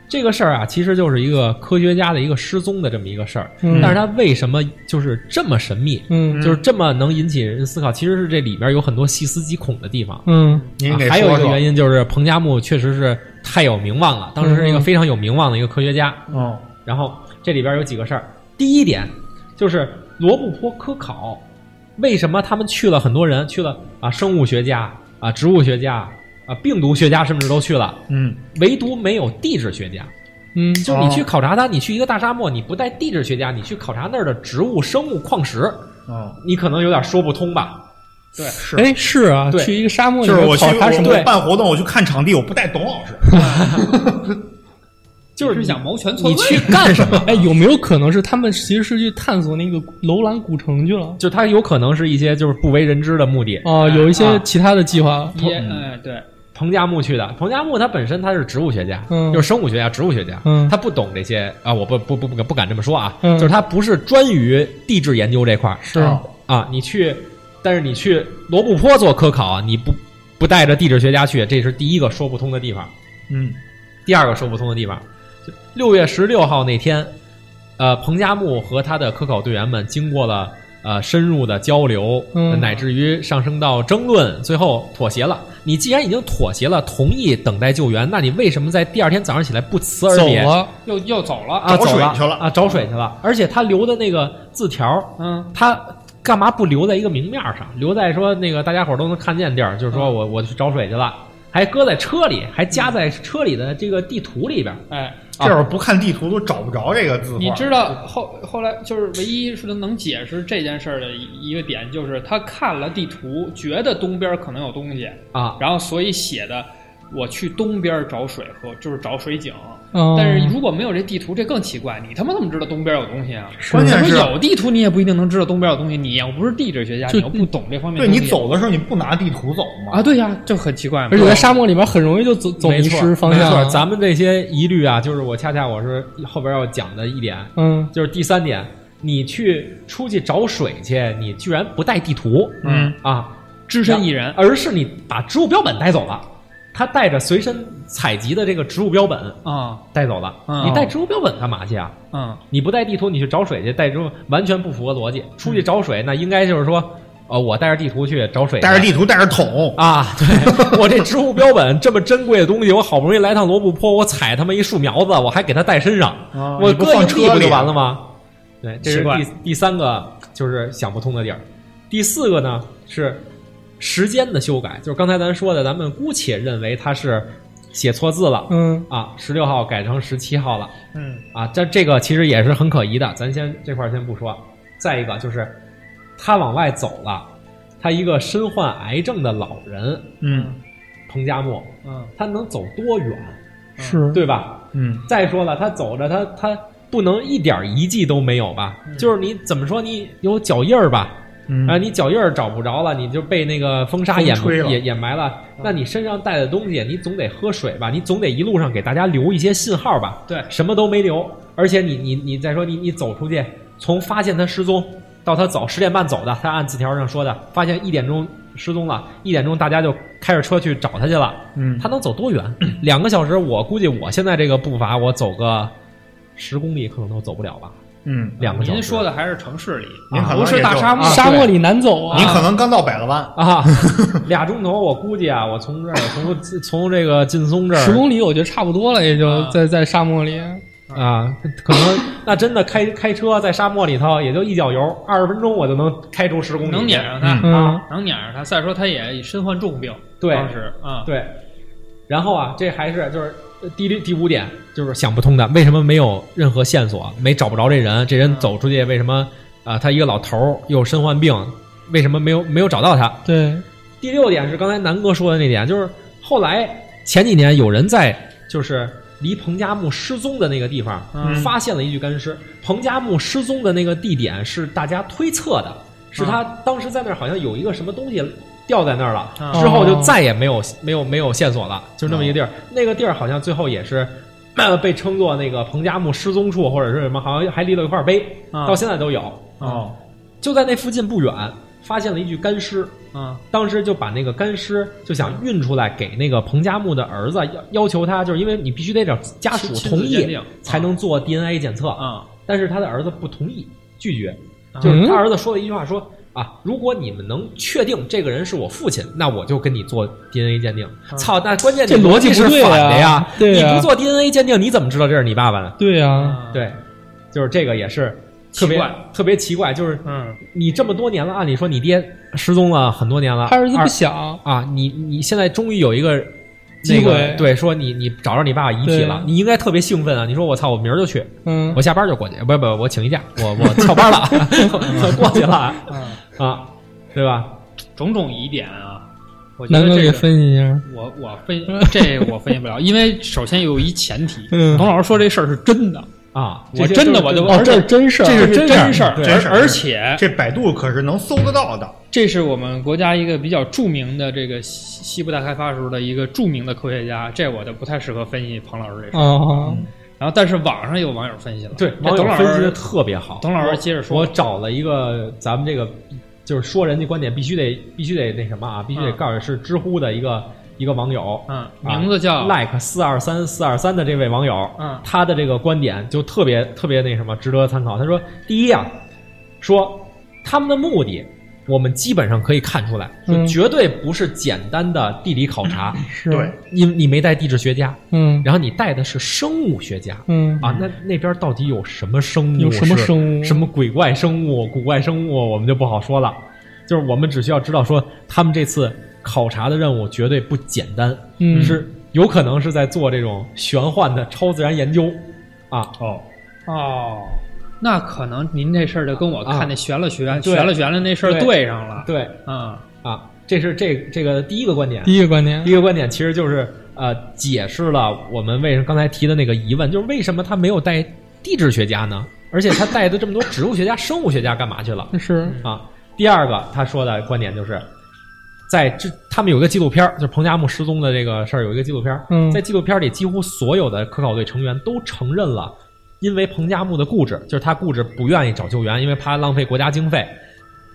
这个事儿啊，其实就是一个科学家的一个失踪的这么一个事儿。
嗯
但是他为什么就是这么神秘，
嗯
就是这么能引起人思考？其实是这里边有很多细思极恐的地方。
嗯
您
啊
给
还有
说
一个
说
原因就是彭加木确实是太有名望了，当时是一个非常有名望的一个科学家。
嗯
然后这里边有几个事儿，第一点就是罗布泊科考，为什么他们去了很多人，去了啊生物学家啊植物学家啊病毒学家，甚至都去了，
嗯，
唯独没有地质学家。
嗯
哦
就是你去考察它，你去一个大沙漠，你不带地质学家，你去考察那儿的植物、生物、矿石，
嗯，
你可能有点说不通吧？
对，是
哎，是啊，
对
去一个沙漠里
就是
面
我去
考察什
我
么？
我办活动，我去看场地，我不带董老师。
就是
是
你
想谋权篡
你
位，
去干什么？
哎，有没有可能是他们其实是去探索那个楼兰古城去了？
[laughs] 就它有可能是一些就是不为人知的目的。
哦，有一些
啊
其他的计划。
也哎对，
彭加木去的，彭加木他本身他是植物学家，
嗯
就是生物学家、植物学家，
嗯
他不懂这些啊，我不不不不不敢这么说啊，
嗯
就是他不是专于地质研究这块儿，是
啊
啊，你去，但是你去罗布泊做科考，啊你不不带着地质学家去，这是第一个说不通的地方。
嗯，
第二个说不通的地方，就六月十六号那天，呃，彭加木和他的科考队员们经过了呃深入的交流，
嗯
乃至于上升到争论，最后妥协了。你既然已经妥协了，同意等待救援，那你为什么在第二天早上起来不辞而
走
别？
了，
又又走了，
找
啊，走
啊水
了
去了
啊，找水去了。而且他留的那个字条，
嗯，
他干嘛不留在一个明面上，留在说那个大家伙都能看见地儿，就是
嗯
说我我去找水去了，还搁在车里，还夹在车里的这个地图里边。
哎，
啊
这会儿不看地图都找不着这个字画。
你知道后后来就是唯一是能解释这件事儿的一一个点，就是他看了地图，觉得东边可能有东西，
啊，
然后所以写的我去东边找水喝，就是找水井。
哦
哦
嗯
但是如果没有这地图，这更奇怪。你他妈怎么知道东边有东西啊？
关键是
你他妈有地图，你也不一定能知道东边有东西。你又不是地质学家，
就
你又不懂这方面
对
东西。
你走的时候你不拿地图走吗？
啊？对呀、就很奇怪嘛。
而
嗯
且在沙漠里面很容易就走走迷
没错
失方向啊
没错，
了。
咱们这些疑虑啊，就是我恰恰我是后边要讲的一点，
嗯
就是第三点，你去出去找水去，你居然不带地图，
嗯
啊，
只身一人，
而是你把植物标本带走了。他带着随身采集的这个植物标本
啊
带走了，
嗯
你带植物标本干嘛去啊？
嗯
你不带地图，你去找水去，带植物完全不符合逻辑。出去找水，那应该就是说，呃，我带着地图去找水去，
带着地图，带着桶，
啊，对 [laughs] 我这植物标本这么珍贵的东西，我好不容易来趟罗布泊，我采他妈一树苗子，我还给它带身上，
啊
我
你不
搁
放
营地
车
不就
里
完了吗？对，这是
奇怪
第第三个就是想不通的地儿。第四个呢是时间的修改，就是刚才咱说的，咱们姑且认为他是写错字了
嗯
啊，十六号改成十七号了。
嗯
啊，这这个其实也是很可疑的，咱先这块儿先不说。再一个就是，他往外走了，他一个身患癌症的老人
嗯
彭加木，
嗯
他能走多远，
是
对吧？
嗯，
再说了，他走着他他不能一点遗迹都没有吧？就是你怎么说，你有脚印儿吧？
嗯
啊，你脚印儿找不着了，你就被那个风沙掩
吹了嗯
掩掩埋了。那你身上带的东西，你总得喝水吧？你总得一路上给大家留一些信号吧？
对
什么都没留，而且你你你再说你你走出去，从发现他失踪到他走十点半走的，他按字条上说的，发现一点钟失踪了，一点钟大家就开着车去找他去了。
嗯
他能走
[clears throat]
多远？两个小时，我估计我现在这个步伐，我走个十公里可能都走不了吧。
嗯，
两个小时。
您说的还是城市里，
您可能
不是
也
大
就
沙漠，
啊
沙漠里难走啊
您。可能刚到百乐湾，
啊， [laughs] 俩钟头，我估计啊，我从这儿， [laughs] 从从这个劲松这
十
儿
公里我觉得差不多了，也就
啊
在在沙漠里。
啊，可能那真的开开车在沙漠里头，也就一脚油，二十分钟我就能开出十公里。
能撵上他，
嗯
能撵上他。再说他也身患重病，
对
当时啊，
对，然后啊，这还是就是呃第六第五点，就是想不通的，为什么没有任何线索，没找不着这人？这人走出去，为什么啊、他一个老头儿又身患病，为什么没有没有找到他？
对，
第六点是刚才南哥说的那点，就是后来前几年有人在就是离彭加木失踪的那个地方、
嗯
发现了一具干尸。彭加木失踪的那个地点是大家推测的，是他
嗯
当时在那儿好像有一个什么东西掉在那儿了，
啊
之后
哦
就再也没有没有没有线索了，就那么一个地儿。那个地儿好像最后也是。呃被称作那个彭加木失踪
嗯
处，或者是什么，好像还立了一块碑，
啊
到现在都有。
哦，
就在那附近不远，发现了一具干尸，
啊
当时就把那个干尸就想运出来给那个彭加木的儿子，要要求他就是因为你必须得找家属
亲亲
同
自鉴
意
定啊
才能做 DNA 检测，
啊
但是他的儿子不同意，拒绝，就是他儿子说了一句话说。啊！如果你们能确定这个人是我父亲，那我就跟你做 DNA 鉴定。操！那关键你
这逻辑
辑是
不对
反的
呀对呀
啊
你不做 DNA 鉴定，你怎么知道这是你爸爸呢？
对呀，
对，就是这个也是特别
啊嗯奇怪
特别奇怪，就是
嗯
你这么多年了，按理说你爹失踪了很多年了，
他儿子
二
不小，
啊，你你现在终于有一个
机
那个
会
对，说你你找着你爸爸遗体了
对，
你应该特别兴奋啊！你说我操，我明儿就去，
嗯，
我下班就过去，不不，我请一假，我我翘班了，
[laughs]
[laughs] 我过去了
嗯
啊，对吧？
种种疑点啊，我觉
南
得
哥
这
给
个
分析一下，
我我分这我分析不了，因为首先有一前提，
嗯
董老师说这事儿是真的，
啊，
我真的我就
哦，
而
这是
且这
真事儿，
是真事儿，
真事儿
而而且
这百度可是能搜得到的。
这是我们国家一个比较著名的这个西西部大开发时候的一个著名的科学家，这我就不太适合分析庞老师这事儿。
啊，
然后，但是网上有网友分析了，
对
这
网
董
友
老
分析的
师，
特别好，
董老师接着
我
说，
找了一个咱们这个，就是说人家观点必须得必须得那什么啊，必须得
嗯
告诉是知乎的一个一个网友，
嗯，名字叫
like 四二三四二三的这位网友，
嗯
他的这个观点就特别特别那什么，值得参考。他说，第一啊，说他们的目的，我们基本上可以看出来，
嗯
就绝对不是简单的地理考
[laughs]
察。
是，
对，
你你没带地质学家，
嗯
然后你带的是生物学家。
嗯
啊，那那边到底有什么生物？
有什么
是
生物
什么鬼怪生物、古怪生物，我们就不好说了。就是我们只需要知道说，他们这次考察的任务绝对不简单，
嗯
是有可能是在做这种玄幻的超自然研究啊。
哦，
哦，那可能您这事儿就跟我
啊
看那悬了悬、
对
悬了悬了那事儿
对
对上了，
对
嗯
啊，这是这这个第一个观点。
第一个观点
第，一个观点其实就是呃，解释了我们为什么刚才提的那个疑问，就是为什么他没有带地质学家呢？而且他带的这么多植物学家、生物学家干嘛去了？
是
啊。第二个他说的观点就是，在这他们有一个纪录片儿，就是彭加木失踪的这个事儿有一个纪录片儿，
嗯
在纪录片里几乎所有的科考队成员都承认了，因为彭加木的固执，就是他固执不愿意找救援，因为怕浪费国家经费，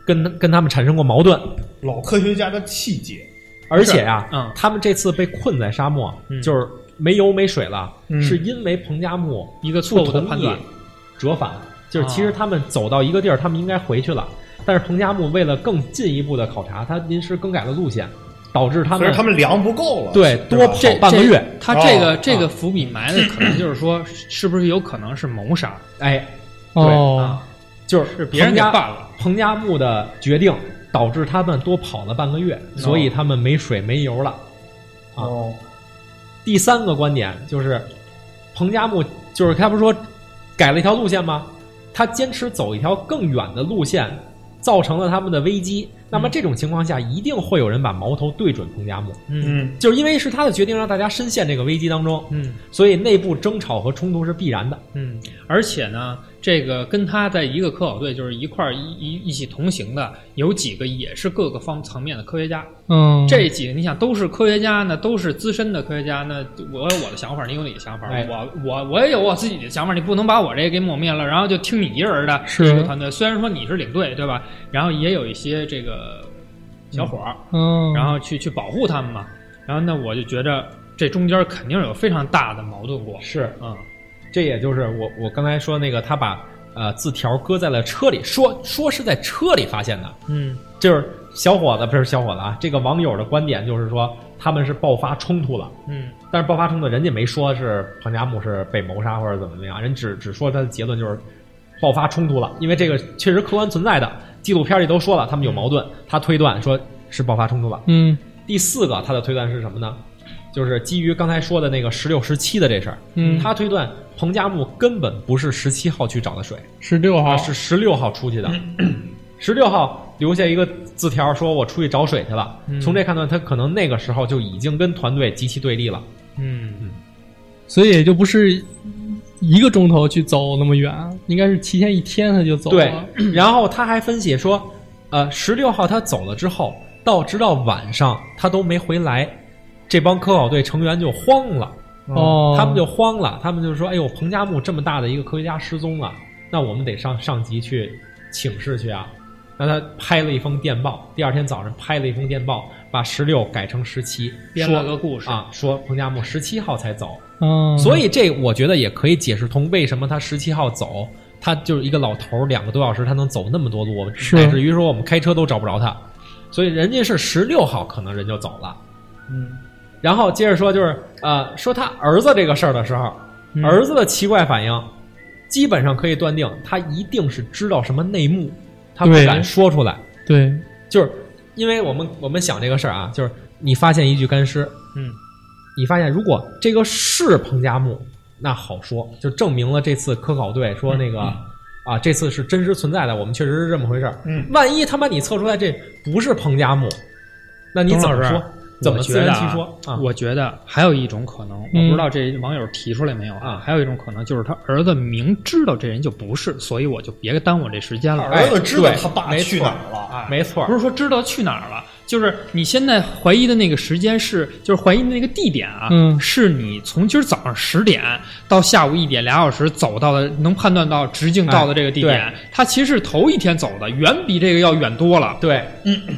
跟跟他们产生过矛盾，
老科学家的气节，
而且呀、
嗯
他们这次被困在沙漠，就是没油没水了，
嗯
是因为彭加木
一个
不
错误的
同
判
意
断，
折返，就是其实他们走到一个地儿，他们应该回去了，但是彭加木为了更进一步的考察，他临时更改了路线，导致他
所以
们
他们粮不够了。啊
对
是
多
吧
跑半个月，
他这个、
哦
这个伏笔埋的可能就是说，是不是有可能是谋杀？
哎，
啊
哦，
就是
别人
彭
给
加
办了。
彭加木的决定导致他们多跑了半个月，所以他们没水没油了。
哦，
第三个观点就是，彭加木就是他不是说改了一条路线吗？他坚持走一条更远的路线，造成了他们的危机。那么这种情况下，一定会有人把矛头对准彭加木，
嗯，
就是因为是他的决定让大家深陷这个危机当中，
嗯
所以内部争吵和冲突是必然的。
嗯，而且呢，这个跟他在一个科考队，就是一块儿一一一起同行的，有几个也是各个方层面的科学家。
嗯，
这几个你想都是科学家呢，都是资深的科学家，那我有我的想法，你有你的想法，
哎
我我我也有我自己的想法，你不能把我这个给抹灭了，然后就听你一个人的
是
一个团队。虽然说你是领队，对吧？然后也有一些这个小伙儿，
嗯，
然后去去保护他们嘛。然后呢，我就觉着这中间肯定有非常大的矛盾过。
是，
嗯，
啊这也就是我我刚才说那个，他把呃字条搁在了车里，说说是在车里发现的。
嗯，
就是小伙子不是小伙子啊，这个网友的观点就是说他们是爆发冲突了，
嗯，
但是爆发冲突人家没说是彭加木是被谋杀或者怎么怎么样，人只只说他的结论就是爆发冲突了，因为这个确实客观存在的，纪录片里都说了他们有矛盾，他推断说是爆发冲突了。
嗯
第四个他的推断是什么呢？就是基于刚才说的那个十六十七的这事儿，
嗯，
他推断彭加木根本不是十七号去找的水，
十六号
啊，是十六号出去的，
嗯
十六号留下一个字条，说我出去找水去了。
嗯
从这看断，他可能那个时候就已经跟团队极其对立了。
嗯，
所以也就不是一个钟头去走那么远，应该是提前一天他就走
对 [clears throat]
了。，
然后他还分析说，呃，十六号他走了之后，到直到晚上他都没回来，这帮科考队成员就慌了，
哦，
他们就慌了，他们就说：“哎呦，彭加木这么大的一个科学家失踪了，那我们得上上级去请示去啊。”让他拍了一封电报，第二天早上拍了一封电报，把十六改成十七，
编了个故事
啊，说彭加木十七号才走，
哦
嗯，
所以这我觉得也可以解释通为什么他十七号走，他就是一个老头儿，两个多小时他能走那么多路，
是
乃至于说我们开车都找不着他，所以人家是十六号可能人就走了。
嗯，
然后接着说就是呃，说他儿子这个事儿的时候，
嗯
儿子的奇怪反应，基本上可以断定他一定是知道什么内幕，他不
对
敢说出来，
对，
就是因为我们我们想这个事儿啊，就是你发现一具干尸，
嗯，
你发现如果这个是彭加木，那好说，就证明了这次科考队说那个、啊，这次是真实存在的，我们确实是这么回事儿。
嗯，
万一他妈你测出来这不是彭加木，那你
董
怎
老
么
师
说？怎么
我觉
自圆
得
其
啊
说啊？
我觉得还有一种可能，我
嗯
不知道这网友提出来没有
啊
啊？还有一种可能就是他儿子明知道这人就不是，所以我就别耽误这时间了。
儿子知道
哎对
他爸
没
去
错
哪儿了，，
没错儿啊
不，是说知道去哪儿了，就是你现在怀疑的那个时间是，就是怀疑的那个地点啊，
嗯
是你从今儿早上十点到下午一点俩小时走到的，能判断到直径到的这个地点，他其实是头一天走的，远比这个要远多了，
对，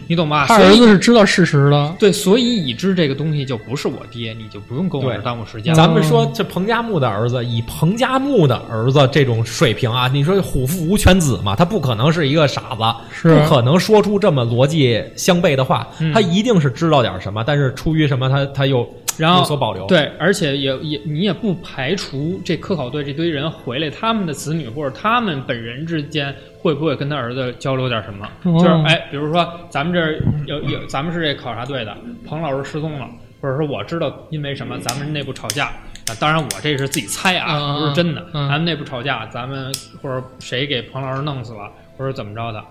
你懂吧？
他
啊所
儿
以
子是知道事实的，
对，所以已知这个东西就不是我爹，你就不用跟我
对
这儿耽误时间了。
咱们说这彭加木的儿子，以彭加木的儿子这种水平啊，你说虎父无犬子嘛，他不可能是一个傻子，
是
不可能说出这么逻辑相悖的话，
嗯
他一定是知道点什么，但是出于什么他他又
然后
有所保留。，
对，而且也也你也不排除这科考队这堆人回来，他们的子女或者他们本人之间会不会跟他儿子交流点什么？
哦
就是哎，比如说咱们这儿有有咱们是这考察队的，彭老师失踪了，或者说我知道因为什么咱们内部吵架。啊，当然我这是自己猜
嗯
啊，
嗯
不是真的。
嗯
咱们内部吵架，咱们或者谁给彭老师弄死了，或者怎么着的，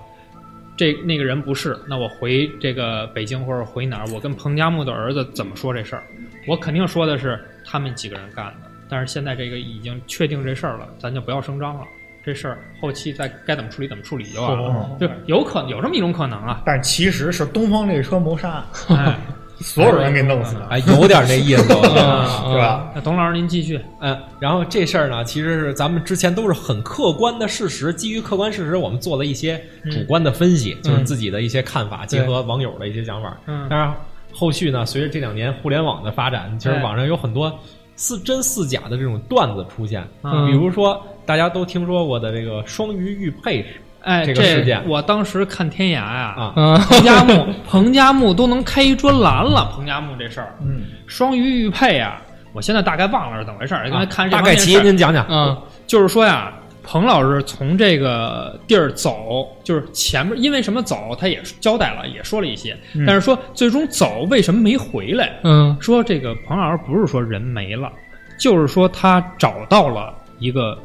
这那个人不是，那我回这个北京或者回哪儿，我跟彭加木的儿子怎么说这事儿？我肯定说的是他们几个人干的，但是现在这个已经确定这事儿了，咱就不要声张了。这事儿后期再该怎么处理怎么处理就完了，就有可有这么一种可能啊
[laughs]
但其实是东方列车谋杀，
哎，
所有人给弄死的，
哎，有点那
[laughs]
意思，我觉得。
啊
对？吧？
那董老师您继续，
嗯，然后这事儿呢，其实是咱们之前都是很客观的事实，基于客观事实，我们做了一些主
嗯
观的分析，就是自己的一些看法，结合网友的一些想法。
嗯
当然后续呢，随着这两年互联网的发展，其实
哎
网上有很多似真似假的这种段子出现，
嗯
比如说大家都听说过的这个双鱼玉佩是
哎，
这
这
个事件
我当时看天涯呀、
啊
嗯，
[laughs] 彭加木，彭加木都能开一专栏了。彭加木这事儿，
哎
嗯，
双鱼玉佩啊，我现在大概忘了是怎么回事儿，哎刚才看这
啊
方
大概
面
其
事儿
您讲讲，
嗯，
就是说呀，彭老师从这个地儿走，就是前面因为什么走，他也交代了，也说了一些，但是说最终走为什么没回来？
嗯，
说这个彭老师不是说人没了，就是说他找到了一个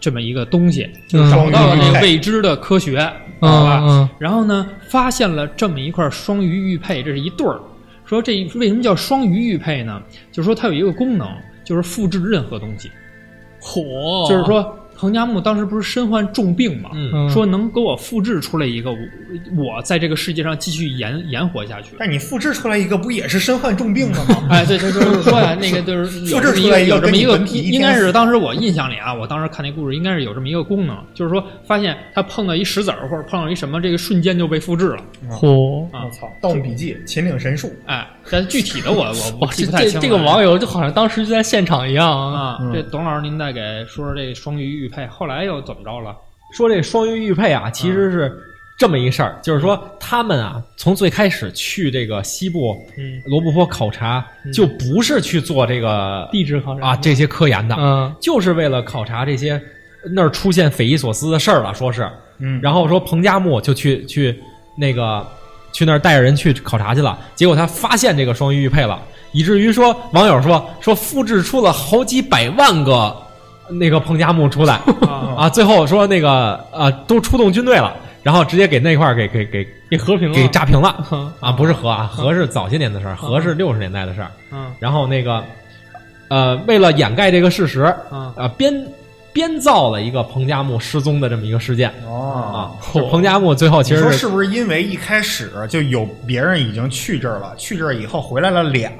这么一个东西，
嗯
找到了
嗯
这个未知的科学， [laughs] 好吧？
嗯
然后呢，发现了这么一块双鱼玉佩，这是一对儿。说这一为什么叫双鱼玉佩呢？就是说它有一个功能，就是复制任何东西。
火
就是，说，彭加木当时不是身患重病嘛，
嗯
嗯
说能给我复制出来一个我，我在这个世界上继续延延活下去。
但你复制出来一个，不也是身患重病了
[laughs]
吗？
哎，对，对，就是说呀，那个就是 [laughs] 有这么一
复制出来
个
一个
有这么一
跟你
个
本体，一天
应该
死
是当时我印象里啊，我当时看那故事，应该是有这么一个功能，就是说发现他碰到一石子儿或者碰到一什么，这个瞬间就被复制了。
火，
啊
我操，《盗墓笔记》秦岭神树，
哎，但具体的 [laughs] 我我我
哇，
记
这
不太清
这
了。
这个网友就好像当时就在现场一样啊，
啊，这董老师您再给说说这双鱼玉佩后来又怎么着了？
说这双鱼玉佩啊，其
嗯
实是这么一事儿，就是说他们啊，从最开始去这个西部
嗯
罗布泊考察，就不是去做这个
地质考察
啊，这些科研的，
嗯
就是为了考察这些那儿出现匪夷所思的事儿了，说是，
嗯
然后说彭加木就去去那个去那儿带着人去考察去了，结果他发现这个双鱼玉佩了，以至于说网友说说复制出了好几百万个那个彭加木出来
啊
[laughs] 啊，最后说那个呃都出动军队了，然后直接给那块儿给给给
给和平了，
给炸平了。
[laughs]
嗯
啊，不是和啊，和是早些年的事儿，和是六十年代的事儿。
嗯，
然后那个，呃，为了掩盖这个事实，
嗯
啊，编编造了一个彭加木失踪的这么一个事件
哦。
啊。就是彭加木最后其
你
实
说
是
是不是因为一开始就有别人已经去这儿了，去这儿以后回来了俩，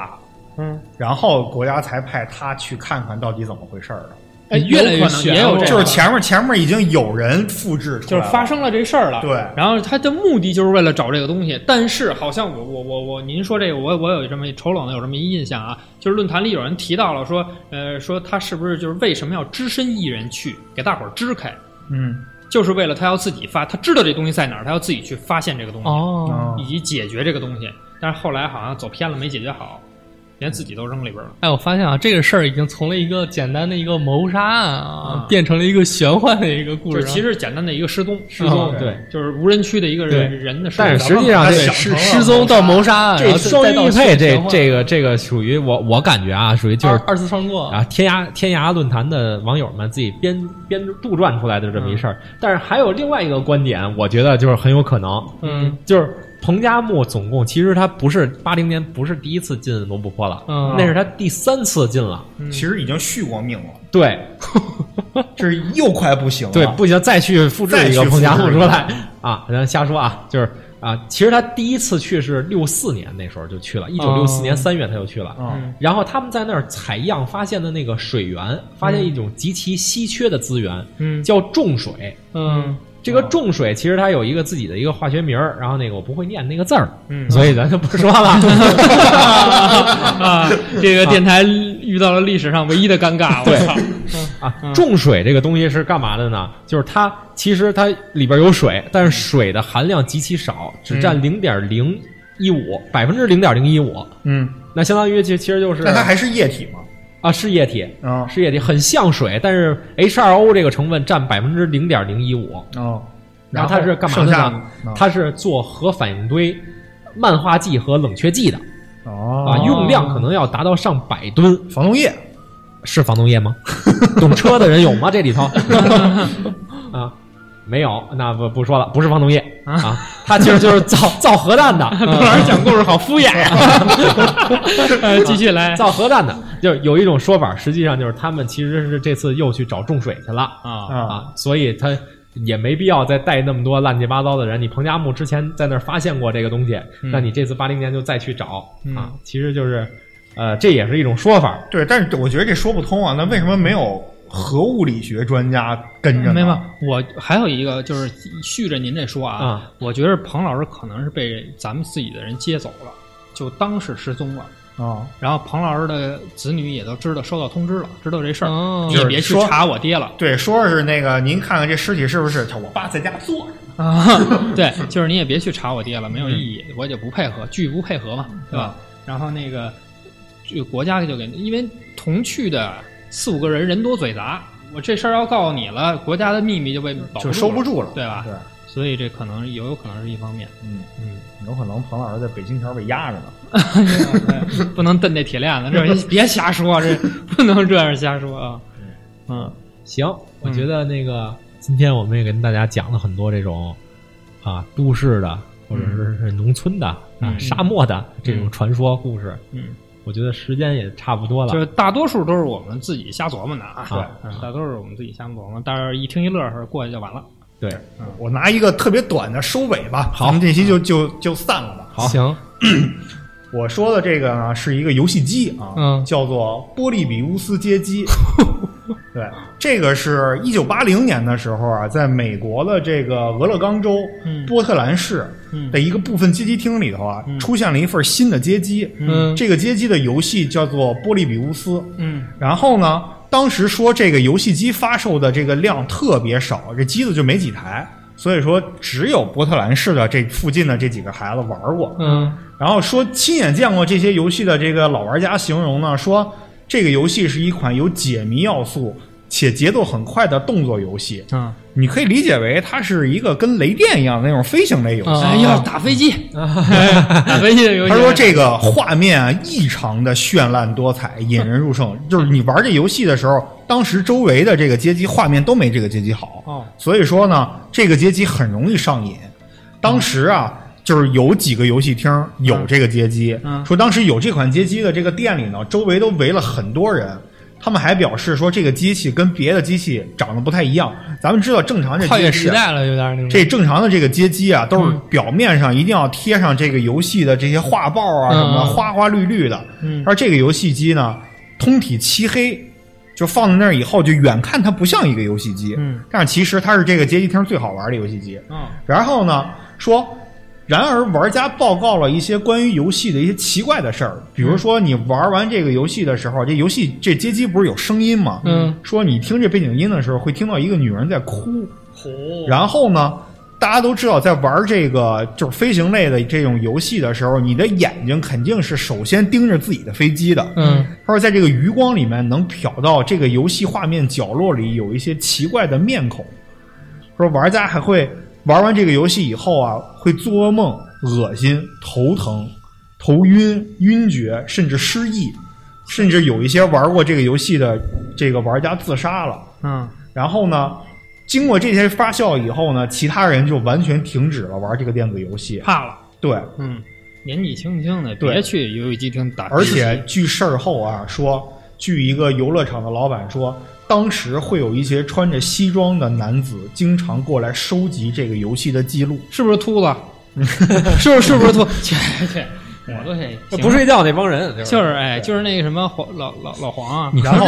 嗯，
然后国家才派他去看看到底怎么回事儿的？
哎
越来
有
越
可能
悬
也有
了
这
就
个
是前面前面已经有人复制出
就
来
是
了，
发生了这事儿了，
对
然后他的目的就是为了找这个东西，但是好像我我我我，您说这个，我我有这么一丑冷的有这么一印象啊，就是论坛里有人提到了说，呃，说他是不是就是为什么要只身一人去给大伙儿支开，
嗯，
就是为了他要自己发，他知道这东西在哪儿，他要自己去发现这个东西，
哦，
啊
嗯
以及解决这个东西。但是后来好像走偏了，没解决好，连自己都扔里边了。
哎，我发现啊，这个事儿已经从了一个简单的一个谋杀案啊，变成了一个玄幻的一个故
就
事
是
啊。
其实简单的一个失踪，失
踪
踪，
哦对，
就是无人区的一个人
对
人的失踪。
但是实际上这
咱
个
们
失
想成了
失踪到谋杀案，
这
然后
双
再
玉
到
配
玄
这
幻
这个这个属于我我感觉啊，属于就是
二二次创作
啊，天涯天涯论坛的网友们自己编编杜撰出来的这
嗯
么一事儿。但是还有另外一个观点，我觉得就是很有可能，
嗯
就是彭加木总共其实他不是八零年不是第一次进罗布泊了，
嗯
那是他第三次进了。
其实已经续过命了，
对
这又快不行了，
对，不行，再去复制一个彭加木
再去复制
出来 [laughs] 啊，咱瞎说啊，就是啊，其实他第一次去是六四年那时候就去了，一九六四年三月他就去了。
嗯，
然后他们在那儿采样发现的那个水源，发现一种极其稀缺的资源，
嗯
叫重水。
嗯
这
哦
个重水其实它有一个自己的一个化学名儿，然后那个我不会念那个字儿，
嗯
所以咱就不
[laughs]
说了。
啊， [laughs] 这个电台遇到了历史上唯一的尴尬，我操！
啊，
嗯
重水这个东西是干嘛的呢？就是它其实它里边有水，但是水的含量极其少，只占零点零一五，百分之零点零一五。
嗯，
那相当于其其实就是
但它还是液体嘛，
啊是液体，
啊
是液体，很像水，但是 H2O 这个成分占百分之零点零一五。
哦，
然后它是干嘛
剩
的
下
呢？它是做核反应堆、漫化剂和冷却剂的啊，
哦，
用量可能要达到上百吨。
防冻液，
[laughs] 是防冻液吗？懂车的人有吗？这里头啊，没有，那不不说了，不是防冻液啊，它其实就是造造核弹的，
讲故事好敷衍呀！呃，继续来
造核弹的，就是有一种说法，实际上就是他们其实是这次又去找重水去了
啊，
嗯
啊，所以他。也没必要再带那么多乱七八糟的人。你彭加木之前在那儿发现过这个东西，那你这次八零年就再去找、啊，其实就是，呃，这也是一种说法。
对，但是我觉得这说不通啊，那为什么没有核物理学专家跟着呢？
没有，我还有一个就是续着您这说啊，
啊
我觉得彭老师可能是被咱们自己的人接走了，就当是失踪了。
啊，
然后彭老师的子女也都知道，收到通知了，知道这事儿，
哦
你也别去
就是说
查我爹了。
对，说是那个，您看看这尸体是不是我爸在家坐着？
啊，对，就是你也别去查我爹了，没有意义，我也不配合，拒不配合嘛，对吧？然后那个，这个国家就给，因为同去的四五个人人多嘴杂，我这事儿要告诉你了，国家的秘密就被保
就收不
住
住了，
了，对吧？
对，
所以这可能也有可能是一 [laughs] 方面，
嗯嗯，有可能彭老师在北京桥被压着呢。
不能蹬这铁链子， [laughs] 这别瞎说，这不能这样瞎说啊。嗯，
行，我觉得那个、今天我们也跟大家讲了很多这种啊都市的或者
嗯
是是农村的、啊
嗯
沙漠的这种传说故事。
嗯，
我觉得时间也差不多了。
就是大多数都是我们自己瞎琢磨的啊，
对
对，大多数是我们自己瞎琢磨，但是一听一乐呵过去就完了。
对，
我拿一个特别短的收尾吧，好，咱们这期就就就散了吧。
好，
行，
我说的这个呢是一个游戏机啊，
嗯
叫做波利比乌斯街
[laughs]
机。对，这个是一九八零年的时候啊，在美国的这个俄勒冈州
嗯
波特兰市
嗯
的一个部分街机厅里头啊，
嗯
出现了一份新的街机。
嗯
这个街机的游戏叫做波利比乌斯。
嗯
然后呢，当时说这个游戏机发售的这个量特别少，这机子就没几台，所以说只有波特兰市的这附近的这几个孩子玩过。
嗯
然后说亲眼见过这些游戏的这个老玩家形容呢，说这个游戏是一款有解谜要素且节奏很快的动作游戏。
嗯。
你可以理解为它是一个跟雷电一样的那种飞行类游戏。
哎呀，打飞机， [laughs] 打飞机的游戏。
啊他说这个画面啊异常的绚烂多彩，引人入胜。就是你玩这游戏的时候，当时周围的这个街机画面都没这个街机好，
哦
所以说呢，这个街机很容易上瘾。当时啊。就是有几个游戏厅有这个街机，
嗯
说当时有这款街机的这个店里呢，周围都围了很多人。他们还表示说，这个机器跟别的机器长得不太一样。咱们知道，正常这
跨越
街机
时
啊
代了，有点那种。
这正常的这个街机啊，都是表面上一定要贴上这个游戏的这些画报啊，
嗯
什么
嗯
花花绿绿的。
嗯
而这个游戏机呢，通体漆黑，就放在那儿以后，就远看它不像一个游戏机，
嗯，
但是其实它是这个街机厅最好玩的游戏机。
嗯，
然后呢说，然而玩家报告了一些关于游戏的一些奇怪的事儿，比如说你玩完这个游戏的时候，这游戏这街机不是有声音吗？
嗯，
说你听这背景音的时候会听到一个女人在哭，
嚯，
然后呢，大家都知道，在玩这个就是飞行类的这种游戏的时候，你的眼睛肯定是首先盯着自己的飞机的。
嗯，
他说在这个余光里面能瞟到这个游戏画面角落里有一些奇怪的面孔。说玩家还会玩完这个游戏以后啊，会做噩梦、恶心、头疼、头晕、晕厥，甚至失忆，甚至有一些玩过这个游戏的这个玩家自杀了。
嗯，
然后呢，经过这些发酵以后呢，其他人就完全停止了玩这个电子游戏。
怕了，
对，
嗯，年纪轻轻的
对
别去游戏机厅打游
而
戏，
且据事儿后啊说，据一个游乐场的老板说，当时会有一些穿着西装的男子经常过来收集这个游戏的记录。
是不是秃子？是不是是不是 [laughs] 秃？去去，我都得
呃不睡觉那帮人
行就是哎，就是那个什么黄老老老黄啊，
然后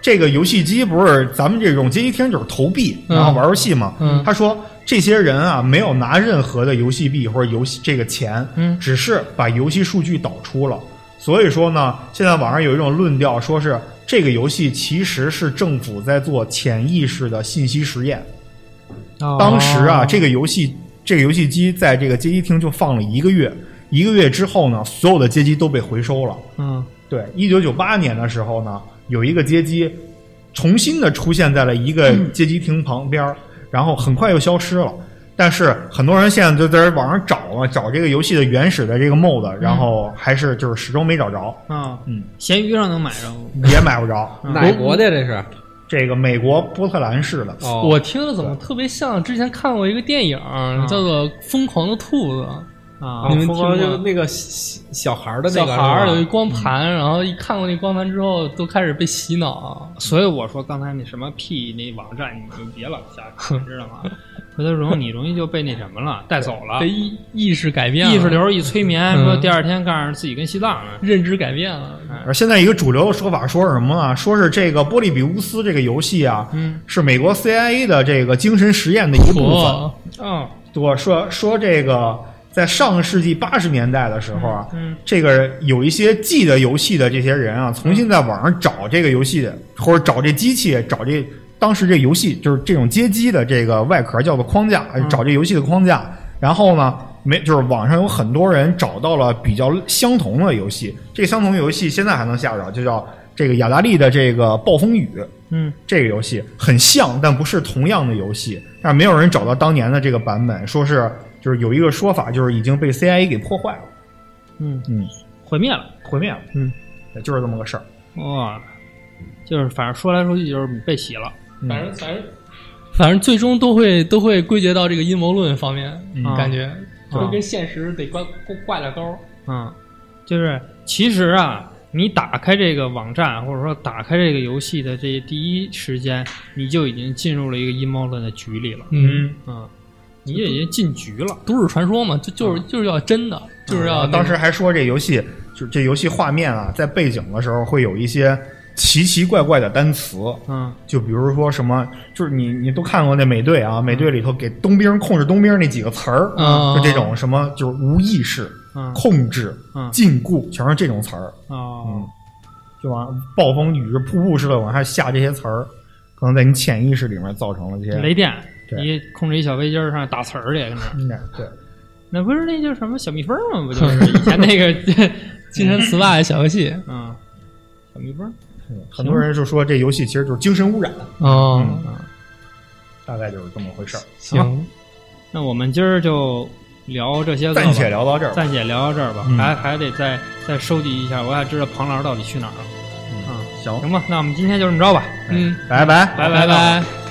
这个游戏机不是咱们这种街机厅就是投币，
嗯
然后玩游戏嘛。
嗯
他说这些人啊没有拿任何的游戏币或者游戏这个钱，
嗯
只是把游戏数据导出了。所以说呢，现在网上有一种论调，说是这个游戏其实是政府在做潜意识的信息实验。当时啊，这个游戏这个游戏机在这个街机厅就放了一个月，一个月之后呢，所有的街机都被回收了。
嗯
对，一九九八年的时候呢，有一个街机重新的出现在了一个街机厅旁边儿，然后很快又消失了。但是很多人现在就在网上找啊，找这个游戏的原始的这个 mod，然后还是就是始终没找着，
啊，
嗯，
闲鱼上能买着。
也买不着。
嗯哪国的这是？
这个美国波特兰市的，
哦，
我听着怎么特别像之前看过一个电影儿，叫做《疯狂的兔子》。
啊
啊，
你们
疯
听
狂就
过？
那个小小孩儿的那
小
个
孩儿有一
是吧
光盘，然后一看过那光盘之后，都开始被洗脑。
所以我说刚才那什么 P 那网站，你就别老瞎看，知道吗？回头容易你容易就被那什么了，带走了
[laughs] 被，意意识改变了，
意识流一催眠，
嗯
说第二天告诉自己跟西藏了。
认知改变了。
而现在一个主流的说法说是什么呢？说是这个《波利比乌斯》这个游戏啊，
嗯，
是美国 CIA 的这个精神实验的一部分。
哦，
哦，
我说说这个，在上个世纪八十年代的时候啊，
嗯，
这个有一些记得游戏的这些人啊，重新在网上找这个游戏的，或者找这机器，找这当时这游戏就是这种街机的这个外壳叫做框架，找这游戏的框架。然后呢，没就是网上有很多人找到了比较相同的游戏，这相同游戏现在还能下着，就叫这个雅达利的这个暴风雨。
嗯，
这个游戏很像，但不是同样的游戏。但是没有人找到当年的这个版本，说是就是有一个说法，就是已经被 CIA 给破坏了，
嗯
嗯，
毁灭了。
毁灭了。
嗯，
就是这么个事儿。
哇，就是反正说来说去就是你被洗了。
反正反正反正最终都会都会归结到这个阴谋论方面，感觉
啊
就跟现实得挂挂点钩。
嗯，就是其实啊，你打开这个网站或者说打开这个游戏的这第一时间，你就已经进入了一个阴谋论的局里了。
嗯，
嗯，你也已经进局了。
都市传说嘛，就就是就是要真的，就是要
啊，当时还说这游戏就是这游戏画面啊，在背景的时候会有一些奇奇怪怪的单词。
嗯
就比如说什么，就是你你都看过那美队啊，美队里头给冬兵控制冬兵那几个词儿，
嗯
就这种什么就是无意识、
嗯
控制、
嗯
禁锢，全是这种词儿。
哦，
嗯就往暴风雨、瀑布似的往下下这些词儿，可能在你潜意识里面造成了这些
雷电，
对
你控制一小飞机儿上打词儿去，跟那儿
嗯对，
那不是那叫什么小蜜蜂吗？不
[laughs]
就是以前那个 [laughs]
精神词霸小游戏。
嗯，小蜜蜂。
嗯很多人就说这游戏其实就是精神污染，
哦，
大概就是这么回事儿。
行，
那我们今儿就聊这些个吧，
暂且聊到这儿吧，
暂且聊到这儿吧，
嗯
还还得再再收集一下，我想知道庞老师到底去哪儿了。
嗯
嗯
行，
行吧，那我们今天就这么着吧。
嗯，
拜拜。
拜拜。
拜拜。